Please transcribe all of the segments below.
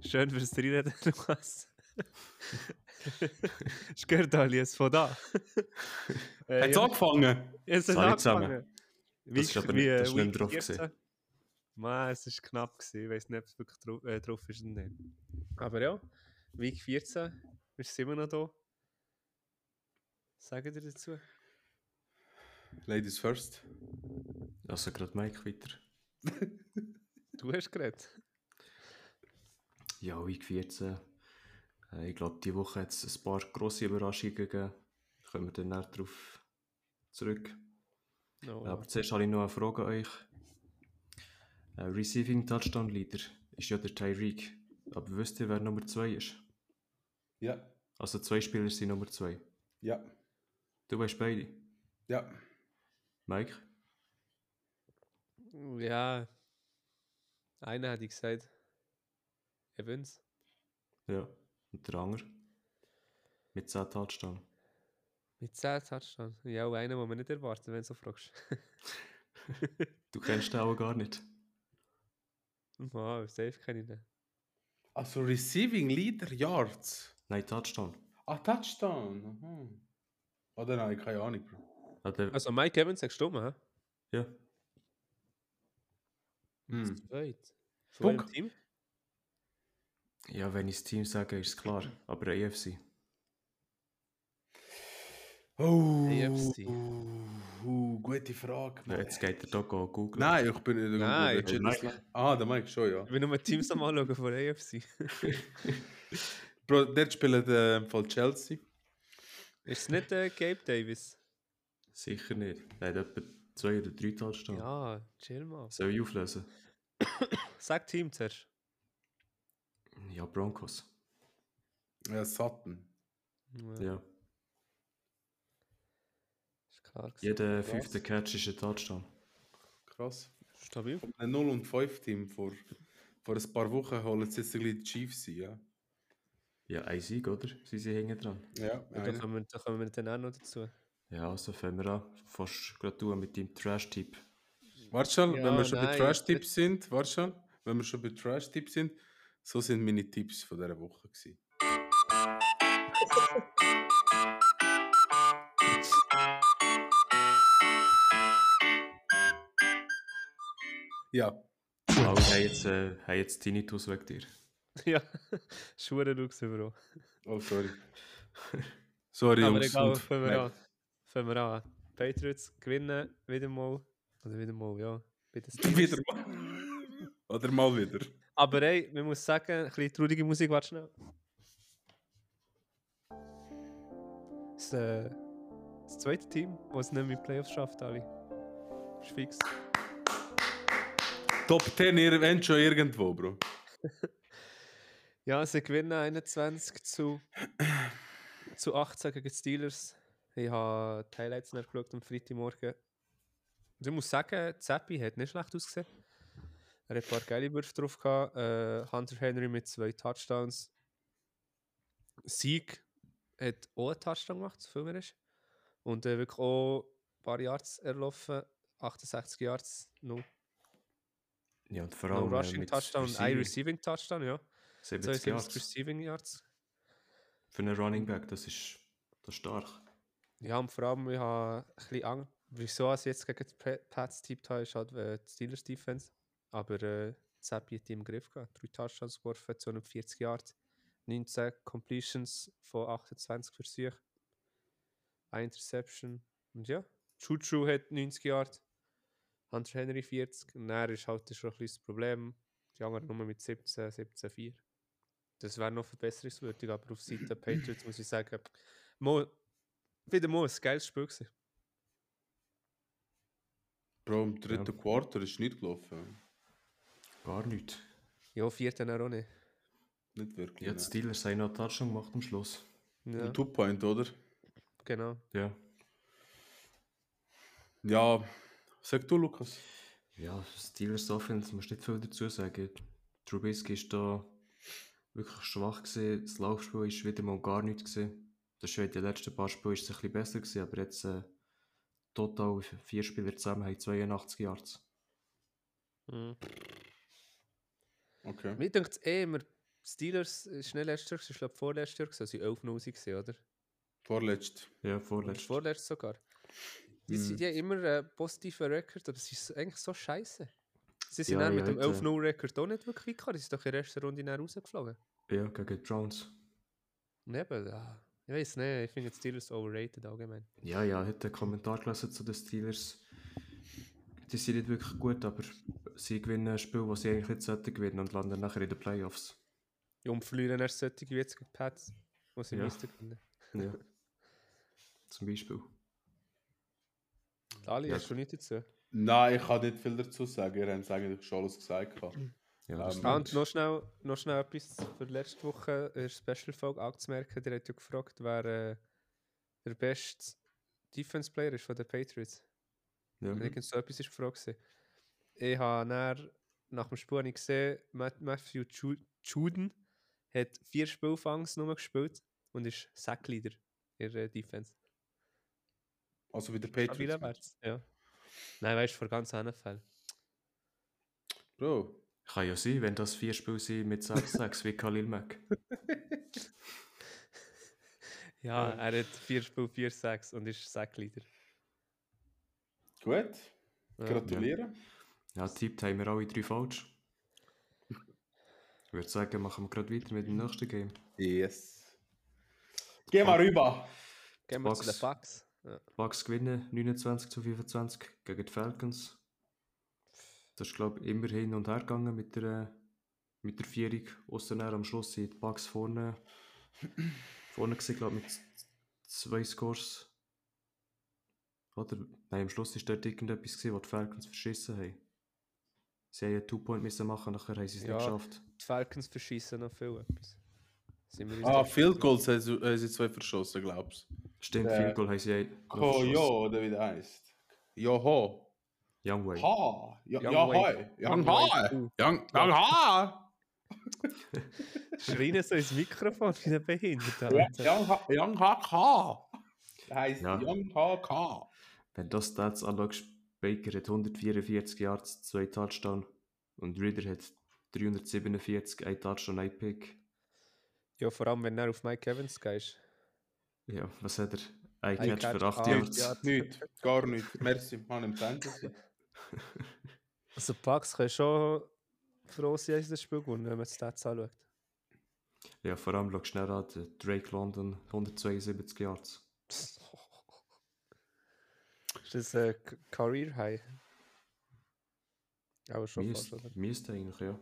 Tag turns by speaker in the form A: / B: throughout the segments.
A: Schön fürs Reinreden, Lukas. Es gehört alles von da. Äh,
B: Hat es
A: ja,
B: angefangen?
A: Es hat
B: Sorry
A: angefangen. Wie,
B: Das ist aber nicht- das ist nicht mehr
A: Week
B: drauf
A: 14?
B: gewesen.
A: Mann, es war knapp. Gewesen. Ich weiß nicht, ob es wirklich drauf, äh, drauf ist oder nicht. Aber ja, Week 14, wir sind immer noch da. Was Sagen dir dazu?
C: Ladies first.
B: Also gerade Mike weiter.
A: Du hast geredet.
B: Ja, Week 14. Äh, ich glaube, diese Woche hat es ein paar grosse Überraschungen gegeben. Kommen wir dann näher darauf zurück.
A: No,
B: Aber zuerst habe ich noch eine Frage an euch. Äh, Receiving Touchdown Leader ist ja der Tyreek. Aber wisst ihr, wer Nummer 2 ist?
C: Ja.
B: Also zwei Spieler sind Nummer 2.
C: Ja.
B: Du weißt beide.
C: Ja.
B: Mike?
A: Ja, einer hat ich gesagt. Evans.
B: Ja. Und der andere? Mit 10 Touchdown.
A: Mit 10 Touchdowns. Ja, und einen, den wir nicht erwarten, wenn du so fragst.
B: Du kennst den auch gar nicht.
A: Mann, safe kenne ich nicht.
C: Also Receiving Leader Yards.
B: Nein, Touchdown.
C: Ah, Touchdown. mhm. Oh, Aha. Oder nein, keine Ahnung, Bro.
B: Ah, der,
A: Also Mike Evans hat gestummt, hä?
B: ja.
C: Hm.
A: Zweit. Von welchem
C: Punkt.
A: Team?
B: ja, wenn ich das Team sage, ist es klar. Aber AFC.
C: Oh,
A: AFC.
C: oh, gute Frage.
B: Ja,
C: Mann.
B: jetzt geht der Doc auch googeln.
C: Nein, ich bin nicht
A: Nein.
C: ich bin legit- Ah, der Mike schon, ja.
A: Ich will nur Teams am anschauen von der AFC.
C: Bro, dort spielt äh, im Fall Chelsea.
A: Ist es nicht äh, Gabe Davis?
B: Sicher nicht. Er hat etwa zwei oder drei Touchdown.
A: Ja, chill mal.
B: Soll ich auflösen?
A: Sag Team zuerst.
B: Ja, Broncos.
C: Ja, Sutton.
A: Ja,
B: Ja.
A: Ist klar gewesen.
B: Jeder fünfte Catch ist ein Touchdown.
C: Krass.
A: Stabil.
C: Ein 0 und 5 Team vor, vor ein paar Wochen holen sie jetzt ein bisschen die Chiefs ein, ja.
B: Ja, ein Sieg, oder? Sie sind hinten dran.
C: Ja,
A: Da
C: einer.
A: kommen, wir- da kommen wir dann auch noch dazu.
B: Ja, also fangen wir an. Fast gerade du mit deinem Trash-Tipp.
C: Warte schon,
A: Ja,
C: wenn wir schon bei
A: nein,
C: Trash-Tipps sind, warte schon, wenn wir schon bei Trash-Tipps sind, so sind meine Tipps von dieser Woche gewesen. Ja,
B: Aber haben jetzt, äh, haben jetzt Tinnitus wegen dir.
A: ja, Schuhe Lux überall.
C: oh sorry. Sorry,
A: Aber
C: Jungs.
A: egal,
C: und
A: fangen wir
C: Mike.
A: an. Fangen wir an. Patriots gewinnen wieder mal. Oder wieder mal, ja. Bei den Steelers.
C: Wieder mal. Oder mal wieder.
A: Aber ey, man muss sagen, ein bisschen traurige Musik, warte schnell. Das, äh, das zweite Team, das es nicht mehr in die Playoffs schafft, alle. Ist fix.
C: Top 10 irgend schon irgendwo, Bro.
A: Ja, sie gewinnen 21 zu, zu 18 gegen die Steelers. Ich habe die Highlights nicht geschaut am Freitagmorgen. Und ich muss sagen, Zeppi hat nicht schlecht ausgesehen. Er hat ein paar geile Würfe drauf gehabt. Äh, Hunter Henry mit zwei Touchdowns. Sieg hat auch einen Touchdown gemacht, so viel mir ist. Und äh, wirklich auch ein paar Yards erlaufen. 68 Yards, no,
B: Ja, und vor
A: no
B: allem. äh,
A: Rushing
B: mit
A: Touchdown, ein
B: Receiving.
A: Receiving Touchdown, ja.
B: 70
A: 72
B: Yards.
A: Receiving Yards.
B: Für einen Running Back, das ist, das ist stark.
A: Ja, und vor allem, ich habe ein bisschen Angst, wieso ich jetzt gegen die Pa- Pats tippt habe, ist halt äh, die Steelers Defense. Aber äh, Zappi hat die im Griff gehabt. Drei Touchdowns geworfen, 240 Yards, 19 Completions von 28 Versuchen, eine Interception. Und ja, Chuchu hat 90 Yards, Hunter Henry 40. Und dann ist halt schon ein bisschen das Problem. Die anderen nur mit 17, 17, 4. Das wäre noch verbesserungswürdig, aber auf Seite der Patriots muss ich sagen, mal wieder mal ein geiles Spiel gewesen.
C: Bro, im dritten Quarter ist nicht gelaufen.
B: Gar nichts.
A: Ja, vierten auch nicht.
C: Nicht wirklich.
A: Genau.
B: Ja, die Steelers haben noch einen Touchdown gemacht am Schluss.
A: Ja,
C: Two-Point, oder?
A: genau.
B: Ja.
C: Ja, Mhm. sag du, Lukas.
B: Ja, Steelers Offense, musst nicht viel dazu sagen. Trubisky ist da wirklich schwach gewesen. Das Laufspiel ist wieder mal gar nichts gewesen. Das schon in den letzten paar Spielen ist es ein bisschen besser gewesen, aber jetzt äh, total vier Spieler zusammen haben 82 Yards.
A: Mhm.
C: Okay.
A: Mir denkt es eh immer, Steelers ist nicht letztes Jahr, gewesen, ich glaube vorletztes Jahr, gewesen, als sie 11-0 waren, oder?
C: Vorletzt.
B: Ja,
A: Oder
B: vorletzt.
A: vorletztes sogar. Die, sind
B: Mm.
A: ja immer äh, positiven Rekord, aber sie sind eigentlich so scheiße. Sie sind
B: Ja,
A: dann
B: ja,
A: mit dem
B: jetzt, äh.
A: 11-0-Rekord auch nicht wirklich gekommen. Die sind doch in der ersten Runde dann rausgeflogen.
B: Ja, gegen die Browns.
A: Und eben, ah, ich weiß nicht, ich finde die Steelers overrated allgemein.
B: Ja, ja, ich hatte einen Kommentar gelesen zu den Steelers. Die sind nicht wirklich gut, aber sie gewinnen ein Spiel, das sie eigentlich nicht sollten gewinnen und landen nachher in den Playoffs.
A: Ja, Und verlieren erst solche wie jetzt gegen die Pats, wo sie
B: Ja.
A: müssten gewinnen.
B: Ja. Zum Beispiel.
A: Ali,
B: Ja.
A: hast du nichts dazu?
C: Nein, ich kann nicht viel dazu sagen. Ihr habt es eigentlich schon alles gesagt. gehabt.
B: Ja, das
C: Ähm,
A: Ah,
B: stimmt.
A: und noch schnell, noch schnell etwas für letzte Woche in der Special-Folge anzumerken. Der hat ja gefragt, wer äh, der beste Defense-Player ist von den Patriots.
B: ja.
A: Mhm. Irgend so etwas war die Frage. gewesen. Ich habe dann nach dem Spiel habe ich gesehen, Ma- Matthew Ju- Juden hat vier Spielfangs nur gespielt und ist Sackleader in der äh, Defense.
C: Also bei den
A: Stabiler
C: Patriots.
A: Wert, ja. Nein, weißt du, vor ganz NFL.
C: Bro.
B: Kann ja sein, wenn das vier Spiele sind mit 6-6 wie Khalil Mack.
A: Ja, er hat vier Spiel, vier Sacks und ist Sackleader.
C: Gut.
A: Ja.
C: Gratulieren.
B: Ja, tippt haben wir alle drei falsch. Ich würde sagen, machen wir gerade weiter mit dem nächsten Game.
C: Yes. Geh mal rüber.
A: Gehen wir zu den
B: Bucks.
A: Bucks. Ja.
B: Bucks gewinnen 29 zu 25 gegen die Falcons. Das ist, glaube ich, immer hin und her gegangen mit der, äh, mit der Vierung. Außer am Schluss sind die Bucks vorne. vorne gewesen, glaube ich, mit z- zwei Scores. Oder? Nein, am Schluss war dort irgendetwas, gewesen, was die Falcons verschissen haben. Sie haben ja Two-Point müssen machen, nachher haben sie es
A: Ja.
B: nicht geschafft.
A: Die Falcons verschießen noch viel etwas. Sind wir uns
C: Ah,
A: da-
C: Field Goals haben sie- haben sie zwei verschossen, glaubst du?
B: Stimmt,
C: Äh,
B: Field Goal haben sie noch verschossen.
C: Koyo, oder wie der heißt. Joho.
B: Young Way.
C: Ha. Ja,
A: Young
C: ja,
A: Wei.
C: hoi. Young
A: Young Wei.
C: Hai.
A: Uh.
C: Young, young Ha.
A: Schreien so ins Mikrofon wie ein Behinderter.
C: Ja,
A: Alter.
C: Young Ha. Young Ha Ka. Der heißt
B: Ja.
C: Young Ha Ka.
B: Wenn das Stats anschaust, Baker hat 144 Yards, 2 Touchdown und Reader hat 347, 1 Touchdown, 1 Pick.
A: Ja, vor allem, wenn er auf Mike Evans gehst.
B: Ja, was hat er? Ein
A: Ein
B: Catch,
A: Catch, ah,
B: für 8
A: acht
B: Yards.
A: Yards.
C: Nicht, gar nicht. Merci, Mann im Fantasy.
A: Also, die Bucks können schon froh sein, dass sie das Spiel gewonnen wenn man die Stats anschaut.
B: Ja, vor allem schaust schnell an, der Drake London 172 Yards.
A: Ist das ein K- Career High? Aber schon fast,
B: Miest,
A: oder?
B: miest eigentlich, ja.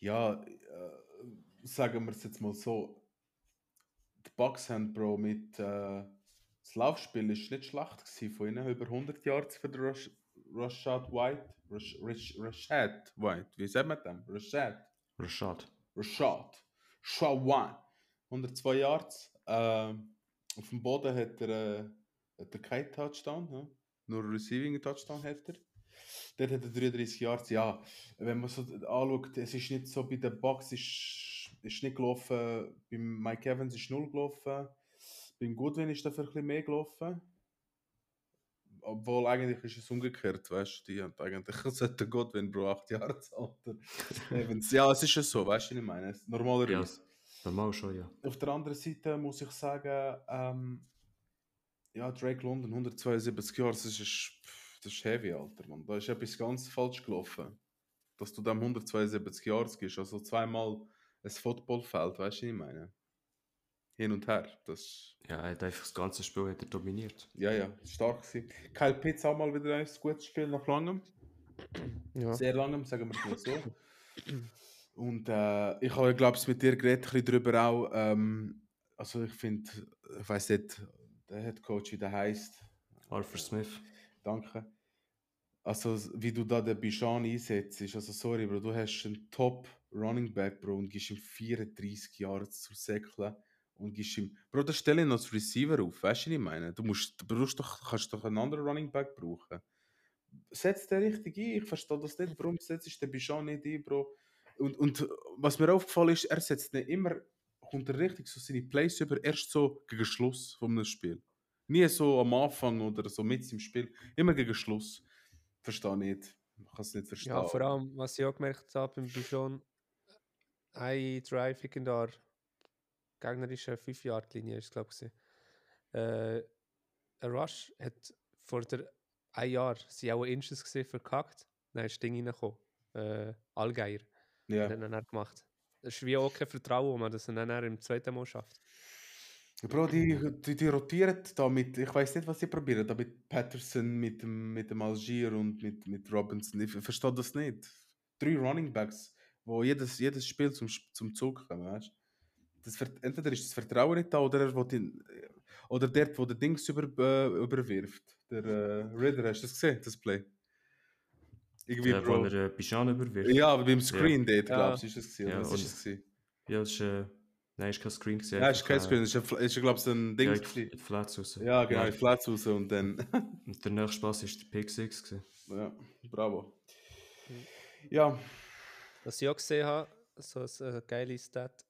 C: Ja, äh, sagen wir es jetzt mal so. Die Bucks haben, Bro, mit. Äh, das Laufspiel war nicht schlecht. Gewesen. Von ihnen über 100 Yards für den Rash Rashad White. Rash Rash Rashad White. Wie sagt man dem? Rashad.
B: Rashad.
C: Rashad. Shawan. 102 Yards. Ähm, auf dem Boden hat er, äh, hat er keinen Touchdown. Ja? Nur einen Receiving Touchdown hat er. Dort hat er 33 Yards. Ja, wenn man so anschaut, es ist nicht so bei der Box, ist, ist nicht gelaufen. Beim Mike Evans ist null gelaufen. Beim Goodwin ist dafür ein bisschen mehr gelaufen. Obwohl eigentlich ist es umgekehrt, weißt du, die haben eigentlich sollte Goodwin pro 8 Jahre alter. Evans. Ja, es ist ja so, weißt du, was ich meine, Es-
B: Ja,
C: normalerweise.
B: normal schon, ja.
C: Auf der anderen Seite muss ich sagen, ähm, ja, Drake London, 172 Jahre, das ist, pff, das ist heavy, Alter, Mann. Da ist etwas ganz falsch gelaufen. Dass du dem 172 Jahre gibst, also zweimal ein Footballfeld, weißt du, was ich meine. Hin und her, das ist...
B: Ja, er hat einfach das ganze Spiel hat er dominiert.
C: Ja, ja, stark gewesen. Kyle Pitts auch mal wieder ein gutes Spiel nach langem.
A: Ja.
C: Sehr langem, sagen wir es mal so. Und äh, ich habe, glaube ich, mit dir geredet, ein bisschen darüber auch. Ähm, also ich finde, ich weiß nicht, der Head Coach, wie der heißt.
B: Arthur Smith.
C: Danke. Also, s- wie du da den Bichon einsetzt, also sorry, Bro, du hast einen Top Running Back, Bro, und gibst ihm 34 Jahre zu säckeln und gibst ihm. Bro, dann stell ihn noch als Receiver auf, weißt du, was ich meine? Du musst, du brauchst doch, kannst doch einen anderen Running Back brauchen. Setz den richtig ein, ich verstehe das nicht, warum setzt du den Bichon nicht ein, Bro? Und, und was mir aufgefallen ist, er setzt nicht immer, kommt er richtig so seine Plays über, erst so gegen Schluss von einem Spiel. Nie so am Anfang oder so mit im Spiel. Immer gegen Schluss. Verstehe nicht. Ich kann es nicht verstehen.
A: ja, vor allem, was ich auch gemerkt habe beim Bichon, ein Drive in der gegnerischen 5-Yard-Linie, ist glaube ich. Äh, ein Rush hat vor der ein Jahr sie auch Inches gesehen, verkackt. Dann ist das Ding reingekommen. Äh, Allgeier.
C: Ja.
A: Hat er dann gemacht. Es ist wie auch kein Vertrauen, wenn man das dann im zweiten Mal schafft.
C: Bro, die, die, die rotieren da mit, ich weiß nicht, was sie probieren, da mit Patterson, mit, dem- mit dem Algier und mit, mit Robinson. Ich verstehe das nicht. Drei Running Backs, wo jedes, jedes Spiel zum, Sp- zum Zug kommen, weißt du? Das, Ver- entweder ist das Vertrauen nicht da oder er will ihn, oder der, wo der Dings über, äh, überwirft. Der äh, Ritter, hast du das gesehen, das Play? Irgendwie,
B: Der, wo
C: Bro.
B: er äh, Bichon überwirft.
C: Ja, aber beim Screen dort,
A: Ja.
C: glaubst du, ist das gewesen.
B: Ja,
C: oder was
B: und-
C: ist das gewesen?
B: Ja, das ist, äh, nein, ist kein Screen gesehen. äh,
C: Nein, ist kein Screen, ist, ist, ist glaube ich, ein Ding.
B: Ja,
C: gewesen.
B: die Flats raus.
C: Ja, genau, ich Platz raus und dann.
B: Und der nächste Pass ist der Pick 6 gewesen.
C: ja, bravo. Ja,
A: Was ich auch gesehen habe, so ein äh, geiles Stat,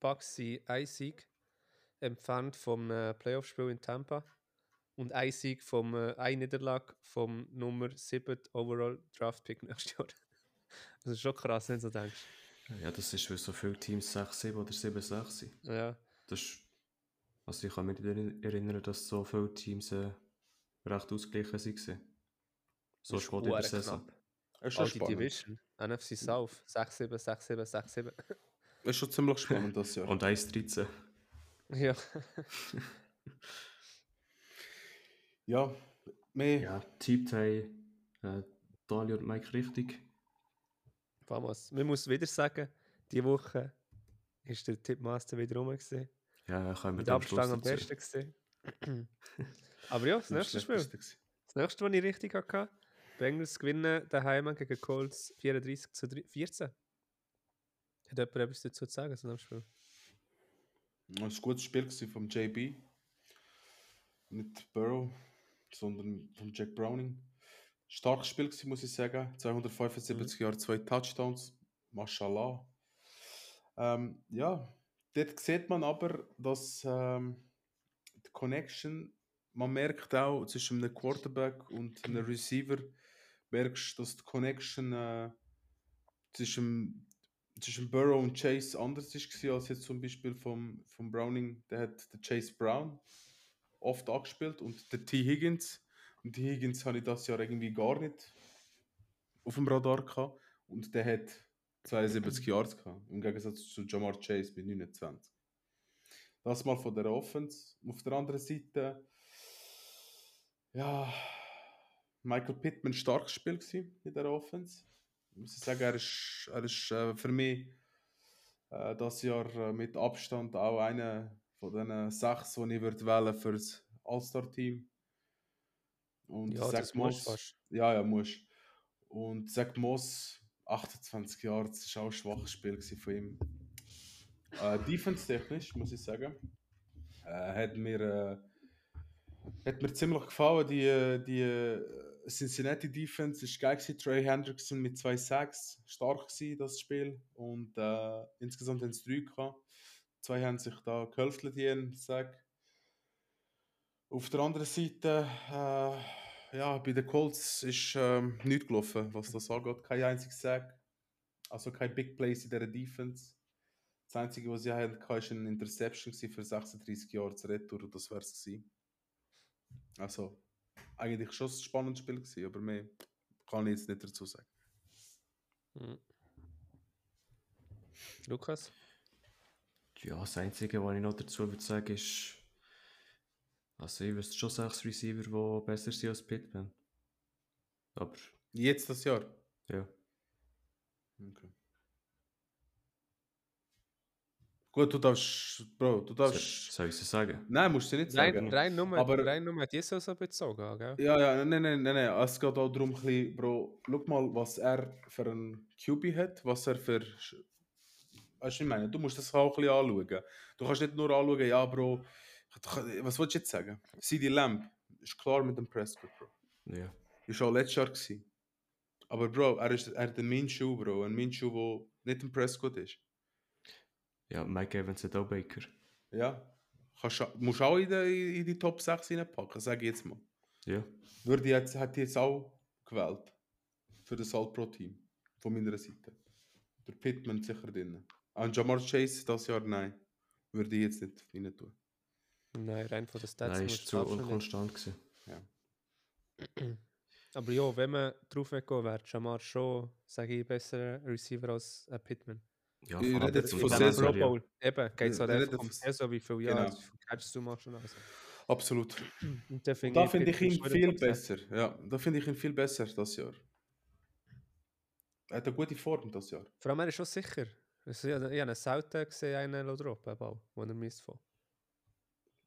A: Bucks sind ein Sieg entfernt vom äh, Playoff-Spiel in Tampa und ein Sieg vom äh, ein Niederlage vom Nummer 7 Overall Draft Pick nächstes Jahr. Das ist schon krass, wenn du so denkst.
B: Ja, das ist, weil so viele Teams 6-7 oder 7-6 sind.
A: Ja,
B: Das ist, also ich kann mich nicht erinnern, dass so viele Teams äh, recht ausgeglichen waren. So
A: Das ist
B: spät in der
A: huere
B: Saison.
A: knapp.
C: es ist schon
A: all die
C: spannend.
A: Division, NFC South, 6-7, 6-7, 6-7.
C: Es ist schon ziemlich spannend das Jahr.
B: Und 1-13.
A: Ja,
C: ja, mehr.
B: Ja, tippt haben äh, Dali und Mike richtig.
A: vamos. Man muss wieder sagen, diese Woche ist der Tippmaster wieder rum. Gewesen.
B: Ja, können wir
A: Mit
B: dann am Schluss
A: Abstand am
B: dazu.
A: besten gesehen. Aber ja, das
C: Das
A: nächste
C: ist
A: Spiel.
C: schlecht, das war.
A: Das nächste, was ich richtig hatte, Bengals gewinnen daheim gegen Colts 34 zu 3 14. Hat jemand etwas dazu zu sagen zu dem Spiel?
C: Es war ein gutes Spiel gewesen vom JB. Nicht Burrow, sondern von Jack Browning. Starkes Spiel gewesen, muss ich sagen. 275 Jahre, zwei Touchdowns. Mashallah. Ähm, ja, dort sieht man aber, dass ähm, die Connection, man merkt auch zwischen einem Quarterback und einem Receiver, merkst dass die Connection äh, zwischen zwischen Burrow und Chase anders ist gewesen, als jetzt zum Beispiel vom, vom Browning. Der hat der Chase Brown oft angespielt und der T. Higgins. Und T. Higgins habe ich das Jahr irgendwie gar nicht auf dem Radar gehabt. Und der hat 72 Yards gehabt, im Gegensatz zu Jamar Chase mit 29. Das mal von der Offense. Auf der anderen Seite, ja, Michael Pittman starkes Spiel gewesen in der Offense muss ich sagen, er ist, er ist äh, für mich äh, das Jahr äh, mit Abstand auch einer von den sechs, die ich würde wählen für das All-Star-Team. Und
A: Ja,
C: Zach
A: das muss
C: Moss-
A: fast.
C: Ja, ja, muss. Und Zach Moss, 28 Jahre, das war auch ein schwaches Spiel gewesen von ihm. Äh, Defense-technisch, muss ich sagen, äh, hat mir. Äh, hat mir ziemlich gefallen, die, äh, die äh, Cincinnati Defense ist geil gewesen. Trey Hendrickson mit zwei Sacks, stark gewesen, das Spiel. Und äh, insgesamt haben es drei gehabt. Zwei haben sich da geholfen, die einen Sack. Auf der anderen Seite, äh, ja, bei den Colts ist ähm, nichts gelaufen, was das angeht. Kein einziger Sack, also kein Big Plays in dieser Defense. Das Einzige, was sie hatten, war eine Interception gewesen für 36 Jahre Retour und das wäre es gewesen. Also, eigentlich schon ein spannendes Spiel gewesen, aber mehr kann ich jetzt nicht dazu sagen.
A: Hm. Lukas?
B: Ja, das Einzige, was ich noch dazu würde sagen, ist. Also, ich wüsste schon sechs Receiver, die besser sind als Pittman. Aber,
C: Jetzt das Jahr?
B: ja.
C: Okay. Gut, du darfst, Bro, du
B: Soll,
C: darfst...
B: soll ich es sagen?
C: Nein, musst du nicht sagen.
A: Rein, rein Nummer,
C: Aber-
A: rein Nummer hat Jesus so bezogen, gell?
C: Ja, ja, nein, nein, nein, nein. Es geht auch darum, ein bisschen, Bro, schau mal, was er für einen QB hat, was er für. Sch- Weißt du, ich meine, du musst das auch ein bisschen anschauen. Du kannst nicht nur anschauen, ja, Bro, du- was willst du jetzt sagen? CD Lamb ist klar mit dem Prescott, Bro.
B: Ja.
C: Ist auch letztes Jahr gewesen. Aber Bro, er, ist, er hat einen Minshu, Bro. Ein Minshu, der nicht ein Prescott ist.
B: Ja, Mike Evans hat auch Baker.
C: Ja. Kannst, du- musst du auch in die, in die Top 6 reinpacken, sag ich jetzt mal.
B: Ja.
C: würde ich jetzt, hätte ich jetzt auch gewählt. Für das All-Pro-Team. Von meiner Seite. Der Pittman sicher drin. An Jamar Chase das Jahr nein. Würde ich jetzt nicht rein tun.
A: Nein, rein von den Stats
B: Nein,
A: musst
B: ist
A: du
B: zu
A: absolut nicht.
B: unkonstant gewesen.
A: Aber ja, wenn man drauf gehen wäre Jamar schon, sage ich, besserer Receiver als ein Pittman.
B: Ja,
C: Ich
B: vor allem
C: rede
B: jetzt
C: von
B: mit dem
C: Saison.
B: Saison,
A: Pro
B: ja.
A: Bowl. Eben, geht es halt
C: Wir
A: einfach
C: reden
A: um
C: von-
A: Saison, wie viele Jahre,
C: Genau.
A: wie viel Catches du machst und alles.
C: Absolut.
A: Und da finde
C: Da finde ich ihn
A: Pittman schon
C: viel
A: in der Top
C: besser. Ja, da finde ich ihn viel besser das Jahr. Er hat eine gute Form das Jahr.
A: Vor allem, er ist schon sicher. Also, ich habe ich habe ihn selten gesehen, einen droppen, einen Ball, den er misst von.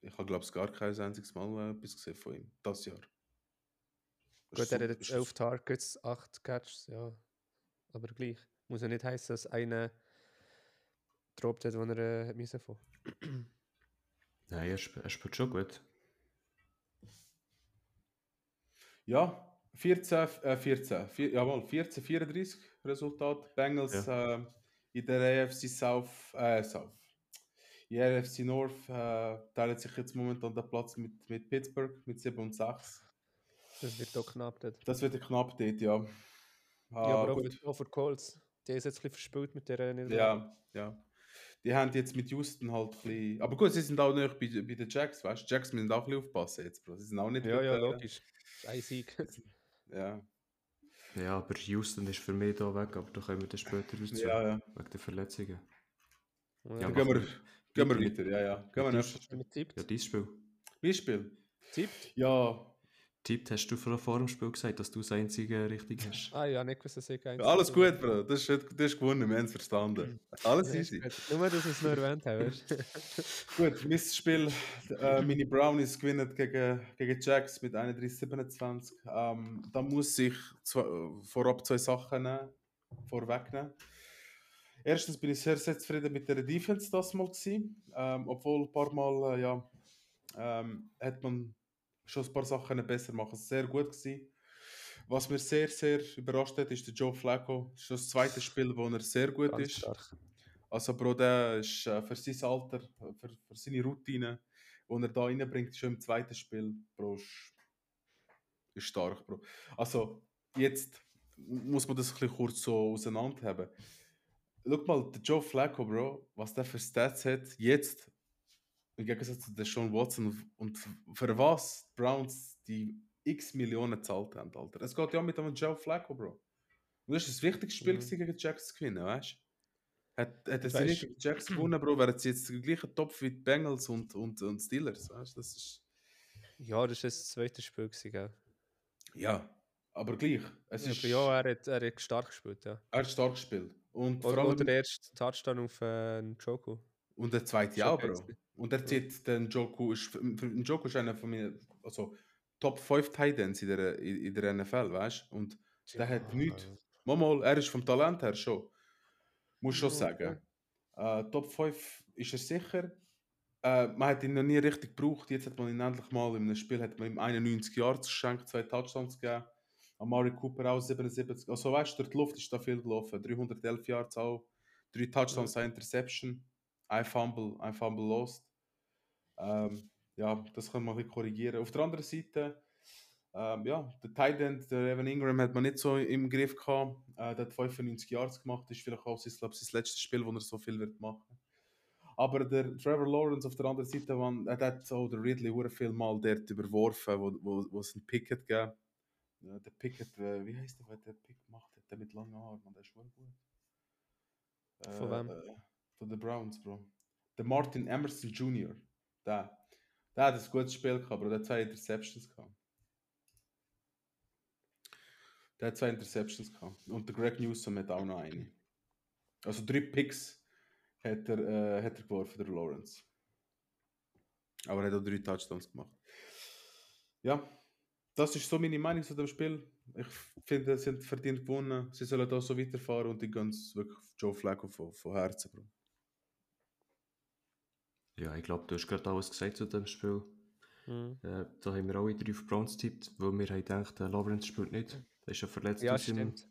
C: Ich habe, glaube ich, gar kein einziges Mal äh, etwas gesehen von ihm. Das Jahr.
A: Gut,
C: Das ist
A: er hat
C: super-
A: jetzt
C: ist
A: 11 Targets, 8 Catches, ja. Aber gleich. Muss ja nicht heißen, dass einer droppt hat, den er äh, hat müssen von.
B: Nein, er sp- er spielt schon gut.
C: Ja, 14, äh, 14, vier, jawohl, 14, 34 Resultat. Bengals äh, in der AFC South, äh, South. In der AFC North äh, teilen sich jetzt momentan den Platz mit, mit Pittsburgh mit 7 und 6.
A: Das wird doch knapp dort.
C: Das wird knapp dort, ja.
A: ja,
C: Ah,
A: aber auch
C: gut.
A: für, auch für Colts. Der ist jetzt ein bisschen verspielt mit der äh, Niederlage.
C: Ja, ja. Die haben jetzt mit Houston halt ein bisschen. Aber gut, sie sind auch nicht bei, bei den Jacks, weißt du? Die Jacks müssen auch ein bisschen aufpassen jetzt, Bro. Sie sind auch nicht.
A: Ja,
C: gut,
A: ja,
C: äh,
A: logisch. Ein Sieg.
C: Ja,
B: Ja, aber Houston ist für mich da weg, aber da kommen wir dann später dazu.
C: ja. ja.
B: Wegen der Verletzungen.
A: Ja,
C: Dann
B: aber-
A: ja.
C: gehen wir, gehen wir
B: mit-
C: weiter, ja, ja. Gehen wir
B: mit
C: nächstes
B: Houston.
A: Mit tippt.
B: Ja, dein Spiel.
C: Beispiel.
A: Tippt?
C: Ja,
B: Tippt, hast du vor vor dem Spiel gesagt, dass du das einzige richtig hast?
A: Ah ja, nicht gewusst, dass ich eins
C: alles
A: bin.
C: gut, Bro. Das ist, das ist gewonnen, wir haben es verstanden. Alles
A: Ja, ist
C: easy.
A: gut. Nur, dass wir es noch erwähnt haben, weißt du?
C: Gut, mein Spiel, äh, meine Brownies gewinnen gegen, gegen Jacks mit 31-27. Ähm, da muss ich zwei, äh, vorab zwei Sachen nehmen, vorwegnehmen. Erstens bin ich sehr, sehr zufrieden mit der Defense das mal gewesen. Ähm, obwohl ein paar Mal, äh, ja, ähm, hat man schon ein paar Sachen besser machen. Es war sehr gut gewesen. Was mir sehr, sehr überrascht hat, ist der Joe Flacco. Das ist schon das zweite Spiel, wo er sehr gut
A: Ganz
C: ist.
A: stark.
C: Also, Bro, der ist äh, für sein Alter, äh, für, für seine Routine, die er da reinbringt, schon im zweiten Spiel, Bro, ist, ist stark, Bro. Also, jetzt muss man das ein bisschen kurz so auseinanderhaben. Schau mal, der Joe Flacco, Bro, was der für Stats hat, jetzt, im Gegensatz zu der Sean Watson, und für was die Browns die x Millionen gezahlt haben, Alter. Es geht ja mit dem Joe Flacco, Bro. Und das war das wichtigste Spiel
A: Mhm.
C: gewesen, gegen die Jacks zu gewinnen, weißt du? Hat, hat es
A: Weißt-
C: nicht gegen die Jacks gewonnen, Bro, wären sie jetzt gleich ein Topf wie die Bengals und, und, und Steelers, weißt du? Das ist.
A: Ja, das war das zweite Spiel, gewesen, gell?
C: Ja. Aber gleich. Es
A: Ja,
C: ist,
A: aber ja, er hat, er hat stark gespielt, ja.
C: er hat stark gespielt. Und vor
A: Oder,
C: allem.
A: oder der erste Touchdown auf äh, Choco.
C: Und der zweite
A: Schon
C: auch,
A: geil
C: Bro.
A: gewesen.
C: Und er zieht den Joku, ist, für- für- den Joku ist einer von meinen, also Top 5 Titans in der, in, in der NFL, weißt du? Und der hat nichts. Mal, er ist vom Talent her schon. Muss schon
A: Ja,
C: sagen. Äh, Top 5 ist er sicher. Äh, man hat ihn noch nie richtig gebraucht. Jetzt hat man ihn endlich mal in einem Spiel hat man ihm 91 Yards geschenkt, zwei Touchdowns gegeben. Amari Cooper auch 77. Also weißt du, durch die Luft ist da viel gelaufen. 311 Yards auch. Drei Touchdowns, eine Interception. Ein Fumble, ein Fumble lost. Ähm, ja, das kann man ein bisschen korrigieren. Auf der anderen Seite, ähm, ja, der Tight End, der Evan Ingram, hat man nicht so im Griff gehabt. Äh, der hat 95 Yards gemacht, ist vielleicht auch sein, glaub, sein letztes Spiel, wo er so viel wird machen. Aber der Trevor Lawrence auf der anderen Seite, man, äh, der hat auch der Ridley sehr viel Mal dort überworfen, wo, wo, wo es einen Pick hat gegeben. Ja, der Pick hat, äh, wie heißt der, wer der Pick gemacht hat? Der mit langen Haaren, man, der ist wirklich gut.
A: Von wem?
C: Äh, von den Browns, Bro. Der Martin Emerson Jr., der. Der hat ein gutes Spiel gehabt, aber der hat zwei Interceptions gehabt. Der hat zwei Interceptions gehabt. Und der Greg Newsom hat auch noch eine. Also drei Picks hat er, äh, hat er geworfen, der Lawrence. Aber er hat auch drei Touchdowns gemacht. Ja, das ist so meine Meinung zu dem Spiel. Ich finde, sie haben verdient gewonnen. Sie sollen da so weiterfahren und ich ganz wirklich Joe Flacco von, von Herzen. Bro.
B: Ja, ich glaube, du hast gerade alles gesagt zu dem Spiel.
A: Mhm.
B: Äh, da haben wir alle drei auf Browns tippt, weil wir haben gedacht, äh, Lawrence spielt nicht. Er ist ja verletzt
A: Ja,
B: aus im,
A: stimmt.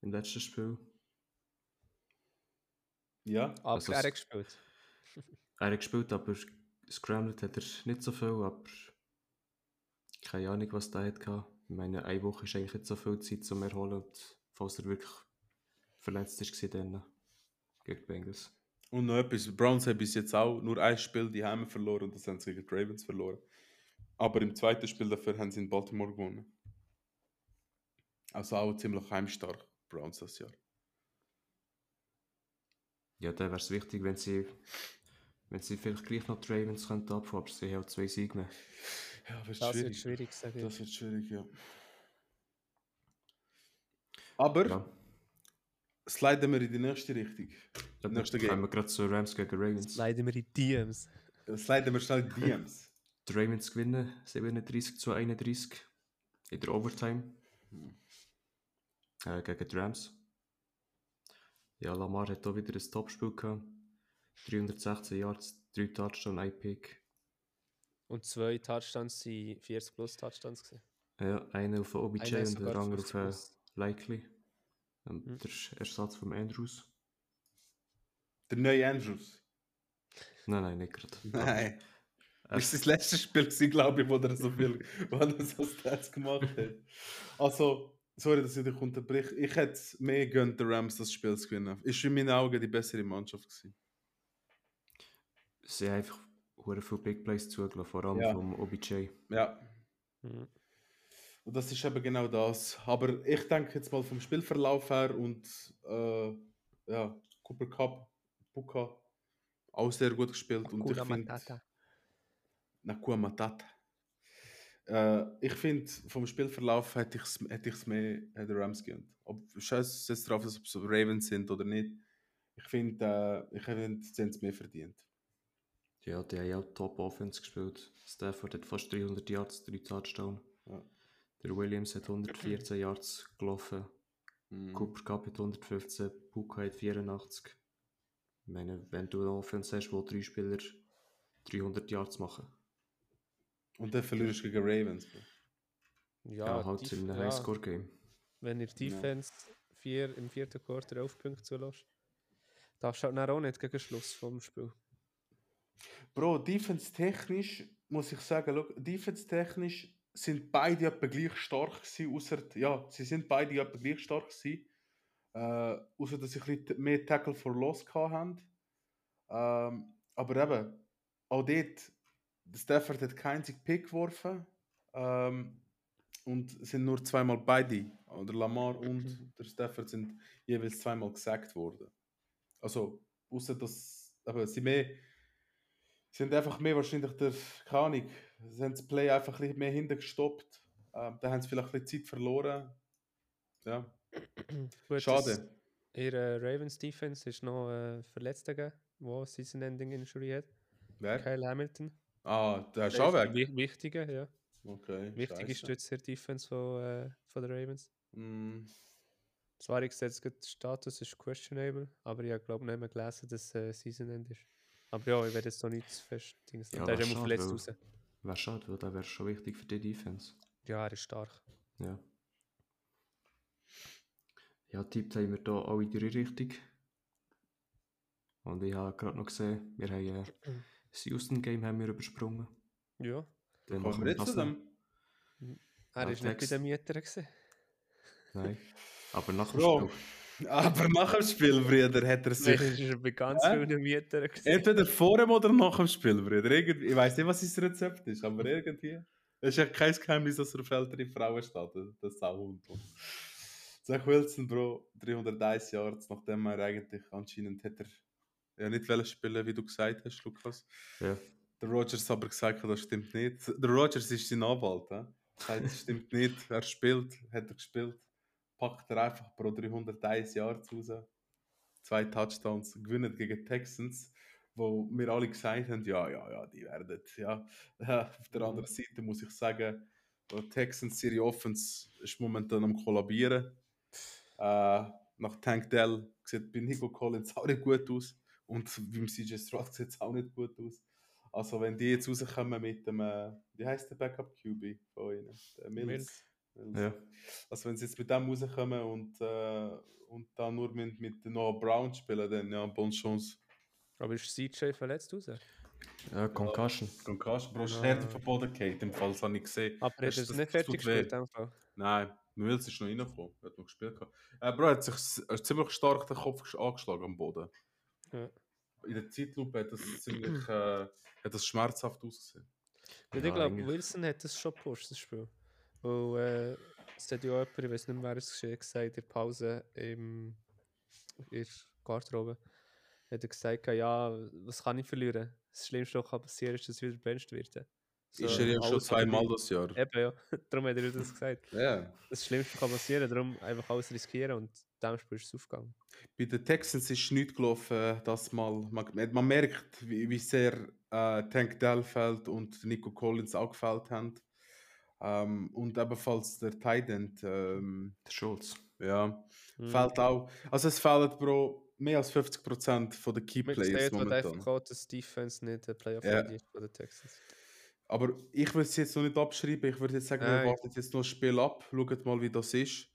B: im letzten Spiel.
C: Ja,
A: Aber
B: Also
A: er
B: es-
A: hat gespielt.
B: Er hat gespielt, aber scrambled hat er nicht so viel, aber keine Ahnung, was der hat gehabt. Ich meine, eine Woche ist eigentlich nicht so viel Zeit zum Erholen und falls er wirklich verletzt ist, war dann gegen die Bengals.
C: Und noch etwas, die Browns haben bis jetzt auch nur ein Spiel die Heime verloren und das haben sie gegen die Ravens verloren. Aber im zweiten Spiel dafür haben sie in Baltimore gewonnen. Also auch ziemlich heimstark, die Browns das Jahr.
B: Ja, dann wäre es wichtig, wenn sie, wenn sie vielleicht gleich noch die Ravens könnten abfangen, aber sie haben zwei Siege mehr.
C: Ja, wird
A: Das wird
C: schwierig.
A: schwierig, sag ich.
C: Das wird schwierig, ja. Aber
B: Ja,
C: sliden wir in die nächste Richtung.
B: dann
C: Nächste
B: kommen
C: Game.
B: wir gerade zu Rams gegen Ravens.
A: Jetzt leiden wir in DMs.
C: Äh, Sliden wir schnell in die DMs.
B: Die Ravens gewinnen 37 zu 31 in der Overtime äh, gegen die Rams. Ja, Lamar hat auch wieder ein Topspiel gehabt. 316 Yards, 3 Touchdowns, 1 Pick.
A: Und zwei Touchdowns waren 40 plus Touchdowns. Gewesen.
B: Ja, einer auf OBJ
A: Einer
B: und der
A: sogar
B: andere
A: 50
B: auf äh,
A: plus.
B: Likely. Ähm,
A: Mhm.
B: Der Sch- Ersatz von Andrews.
C: Der neue Andrews.
B: Nein, nein, nicht gerade.
C: Nein.
B: Aber
C: Das war das letzte Spiel, gewesen, glaube ich, wo er so viel wo er so Stats gemacht hat. Also, sorry, dass ich dich unterbreche. Ich hätte es mehr gönnt, den Rams das Spiel zu gewinnen. Ist in meinen Augen die bessere Mannschaft gewesen.
B: Sie haben einfach hure viele Big Plays zugelassen, vor allem
C: Ja.
B: vom OBJ.
C: Ja.
A: Mhm.
C: Und das ist eben genau das. Aber ich denke jetzt mal vom Spielverlauf her und äh, ja, Cooper Cup, Puka, auch sehr gut gespielt. und ich
A: Hakuna
C: find-
A: Matata.
C: Nakua Matata. Äh, ich finde, vom Spielverlauf hätte ich es hätte ich's mehr äh, den Rams gegönnt. Ob scheiß jetzt drauf, ist, ob es Ravens sind oder nicht. Ich finde, äh, ich finde, sie haben es mehr verdient.
B: Ja, die haben auch Top Offense gespielt. Stafford hat fast 300 Yards, 3 Touchdowns.
C: Ja.
B: Der Williams hat 114 Yards gelaufen.
C: Mhm.
B: Cooper Cup hat 115, Puka hat 84. Ich meine, wenn du eine Offense hast, wo drei Spieler 300 Yards machen.
C: Und dann verlierst du gegen Ravens. Bro.
B: Ja,
A: Ja,
B: halt
A: Def-
B: in einem
A: ja,
B: Highscore-Game.
A: Wenn ihr Defense vier, im vierten Quarter auf Punkte zulässt, darfst du halt dann auch nicht gegen Schluss vom Spiel.
C: Bro, defense-technisch muss ich sagen, look, defense-technisch sind beide etwa gleich stark gewesen, außer, ja, sie sind beide etwa gleich stark gewesen, äh, außer dass sie ein bisschen t- mehr Tackle for Loss gehabt haben. Ähm, aber eben, auch dort, der Stafford hat keinen einzigen Pick geworfen ähm, und es sind nur zweimal beide, der Lamar und der Stafford sind jeweils zweimal gesackt worden. Also, außer dass, aber sie mehr sind einfach mehr wahrscheinlich der, keine Ahnung, sie haben das Play einfach ein bisschen mehr hinten gestoppt. Ähm, da haben sie vielleicht ein bisschen Zeit verloren. Ja,
A: Gut, das-
C: schade.
A: Ihre äh, Ravens Defense ist noch äh, verletzt, gegeben, wo Season Ending Injury hat.
C: Wer?
A: Kyle Hamilton.
C: Ah, der
A: Der ist
C: Schauweg.
A: wi- Wichtige, ja.
C: Okay.
A: Wichtige Stütze der Defense von, äh, von den Ravens.
C: Mm,
A: Zwar ich sehe jetzt gerade, der Status ist questionable, aber ich glaube nicht mehr gelesen, dass äh, Season End ist. Aber ja, ich werde jetzt noch nichts fest. Dings
B: Ja,
A: ja, der ist
B: aber
A: immer
B: schade,
A: verletzt
B: weil-
A: raus.
B: Wäre schade, weil das wäre schon wichtig für die Defense.
A: Ja, er ist stark.
B: Ja. Ja, tippt haben wir hier alle drei richtig. Und ich habe gerade noch gesehen, wir haben äh, das Houston-Game haben wir übersprungen.
A: Ja.
C: kommen
B: Dann machen
C: wir
B: wir
C: jetzt zu
B: das noch.
C: dem?
A: Er
B: Ja,
A: ist nicht bei
B: Text.
A: den Mietern gewesen.
B: Nein. Aber nach dem
C: Bro.
B: Spiel.
C: Aber nach dem Spiel, Bruder, hat er
A: Nein,
C: sich.
A: er ist bei ganz
C: Hä?
A: vielen Mietern gewesen.
C: Entweder vor dem oder nach dem Spiel, Bruder. Irgendwie, ich weiß nicht, was sein Rezept ist, aber irgendwie. Es ist ja kein Geheimnis, dass er auf ältere Frauen steht, der- der Sauhund. Zach Wilson, Bro, 301 Yards, nachdem er eigentlich anscheinend hätte er ja nicht wollen spielen, wie du gesagt hast, Lukas.
B: Ja.
C: Der Rogers aber gesagt, hat, das stimmt nicht. Der Rogers ist sein Anwalt, hä? Sagt, das stimmt nicht, er spielt, hat er gespielt. Packt er einfach pro 301 Yards raus. Zwei Touchdowns, gewinnt gegen die Texans, wo wir alle gesagt haben, ja, ja, ja, die werden, ja. Auf der anderen Seite muss ich sagen, die Texans Serie Offense ist momentan am kollabieren. Äh, nach Tank Dell sieht bei Nico Collins auch nicht gut aus und beim CJ Stroud sieht es auch nicht gut aus. Also wenn die jetzt rauskommen mit dem, äh, wie heißt der Backup QB von ihnen? Der Mills. Mills.
B: Ja.
C: Also wenn sie jetzt mit dem rauskommen und, äh, und dann nur mit, mit Noah Brown spielen, dann ja, bon chance.
A: Aber ist CJ verletzt raus?
B: ja, Concussion.
C: Konkast, Bro, ist härter vom Boden gefallen, im Fall, das habe ich gesehen.
A: Aber er
C: Hast
A: ist
C: du
A: es
C: das
A: nicht
C: tut
A: fertig
C: weh?
A: gespielt. einfach.
C: Nein, Mills äh, ist noch reingekommen, er hat noch gespielt. gehabt. Äh, Bro hat sich s- er hat ziemlich stark den Kopf gesch- angeschlagen am Boden.
A: Ja.
C: In der Zeitlupe hat das ziemlich äh, hat das schmerzhaft ausgesehen.
A: Weil
B: Ja,
A: ich glaube,
B: eigentlich.
A: Wilson hat das schon gepusht, das Spiel. Weil äh, es hat ja jemand, ich weiß nicht mehr, wer es geschehen hat, gesagt, in der Pause im, in der Garderobe, hat er gesagt, ja, was kann ich verlieren? Das Schlimmste, was kann passieren ist, dass ich wieder benched werde. So,
C: ist er ja schon
A: alles
C: zweimal
A: oder-
C: das Jahr.
A: Eben, ja. darum hat er das gesagt.
C: Ja.
A: Das Schlimmste kann passieren, darum einfach alles riskieren und dem Spiel ist es aufgegangen.
C: Bei den Texans ist nichts gelaufen, das mal. Man, man merkt, wie, wie sehr äh, Tank Dell fällt und Nico Collins auch gefällt haben. Ähm, und ebenfalls der Titan, ähm,
B: Der Schulz.
C: ja,
A: Mhm.
C: fällt auch. Also es fehlen pro mehr als 50% von den Key
A: Mit
C: Players
A: State hat
C: momentan.
A: einfach auch, dass die Defense nicht der Playoff
C: Ja.
A: ready ist von den Texans.
C: Aber ich würde es jetzt noch nicht abschreiben. Ich würde jetzt sagen,
A: Nein.
C: wir warten jetzt noch ein Spiel ab. Schaut mal, wie das ist.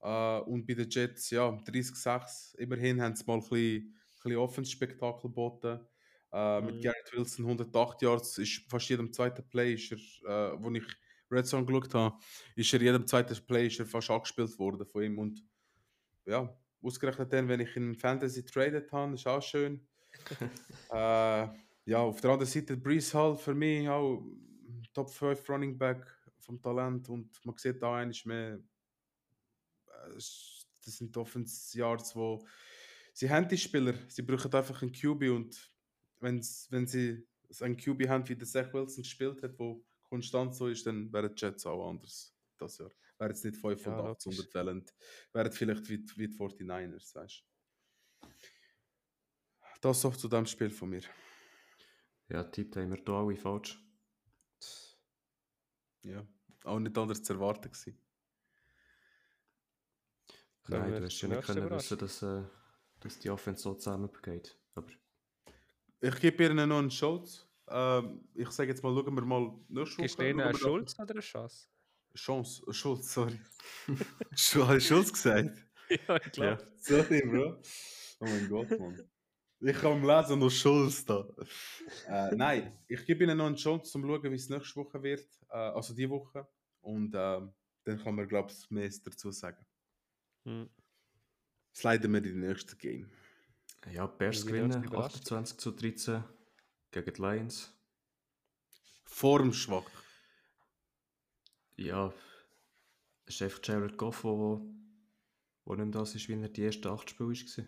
C: Äh, und bei den Jets, ja, 30-6. Immerhin haben sie mal ein bisschen, ein bisschen Offense-Spektakel geboten. Äh, Mit
A: Mhm.
C: Garrett Wilson 108 Yards. Ist fast jedem zweiten Play, ist er, äh, wo ich Red Zone geschaut habe, ist er jedem zweiten Play ist er fast angespielt worden von ihm. Und ja, ausgerechnet dann, wenn ich in Fantasy traded habe, ist auch schön. äh, ja, auf der anderen Seite Brees Hall für mich auch Top 5 Running Back vom Talent und man sieht da eigentlich mehr, äh, es- das sind Offense Yards, wo sie haben die Spieler, sie brauchen einfach einen QB und wenn's, wenn sie s- einen QB haben, wie der Zach Wilson gespielt hat, wo konstant so ist, dann wären die Jets auch anders das Jahr. Wären jetzt nicht 5
A: Ja,
C: und
A: logisch.
C: 8, sondern Talent, wären vielleicht wie, die- wie die 49ers, weißt du. Das auch zu dem Spiel von mir.
B: Ja, tippt haben wir hier alle falsch.
C: Ja, auch nicht anders zu erwarten gewesen.
A: Kommen wir
B: Nein, du hast
A: zur
B: ja nicht
A: nächsten
B: können wissen, dass, äh, dass die Offense so zusammengeht. Aber
C: Ich gebe ihnen noch einen Schulz. Ähm, ich sage jetzt mal, schauen wir mal nächste
A: Gibst du
C: schauen
A: denen eine
C: wir-
A: Schuld oder eine Chance?
C: Chance, äh, Schulz, sorry. Schu- Habe ich Schulz gesagt?
A: ja, ich glaube.
C: Sorry, Bro. Oh mein Gott, Mann. Ich kann lesen, noch Schulz da. Äh, nein, ich gebe ihnen noch einen Chance, um zu schauen, wie es nächste Woche wird. Äh, also die Woche. Und ähm, dann kann man, glaube ich, mehr dazu sagen.
A: Hm.
C: Sliden wir in die nächste Game.
B: äh, ja, die Bears
A: Wir sind erst
B: gewinnen
A: überrascht.
B: 28 zu 13 gegen die Lions.
C: Formschwach.
B: Ja, es ist einfach Jared Goff, wo, wo nicht mehr das ist, wie er die ersten 8 Spiele war.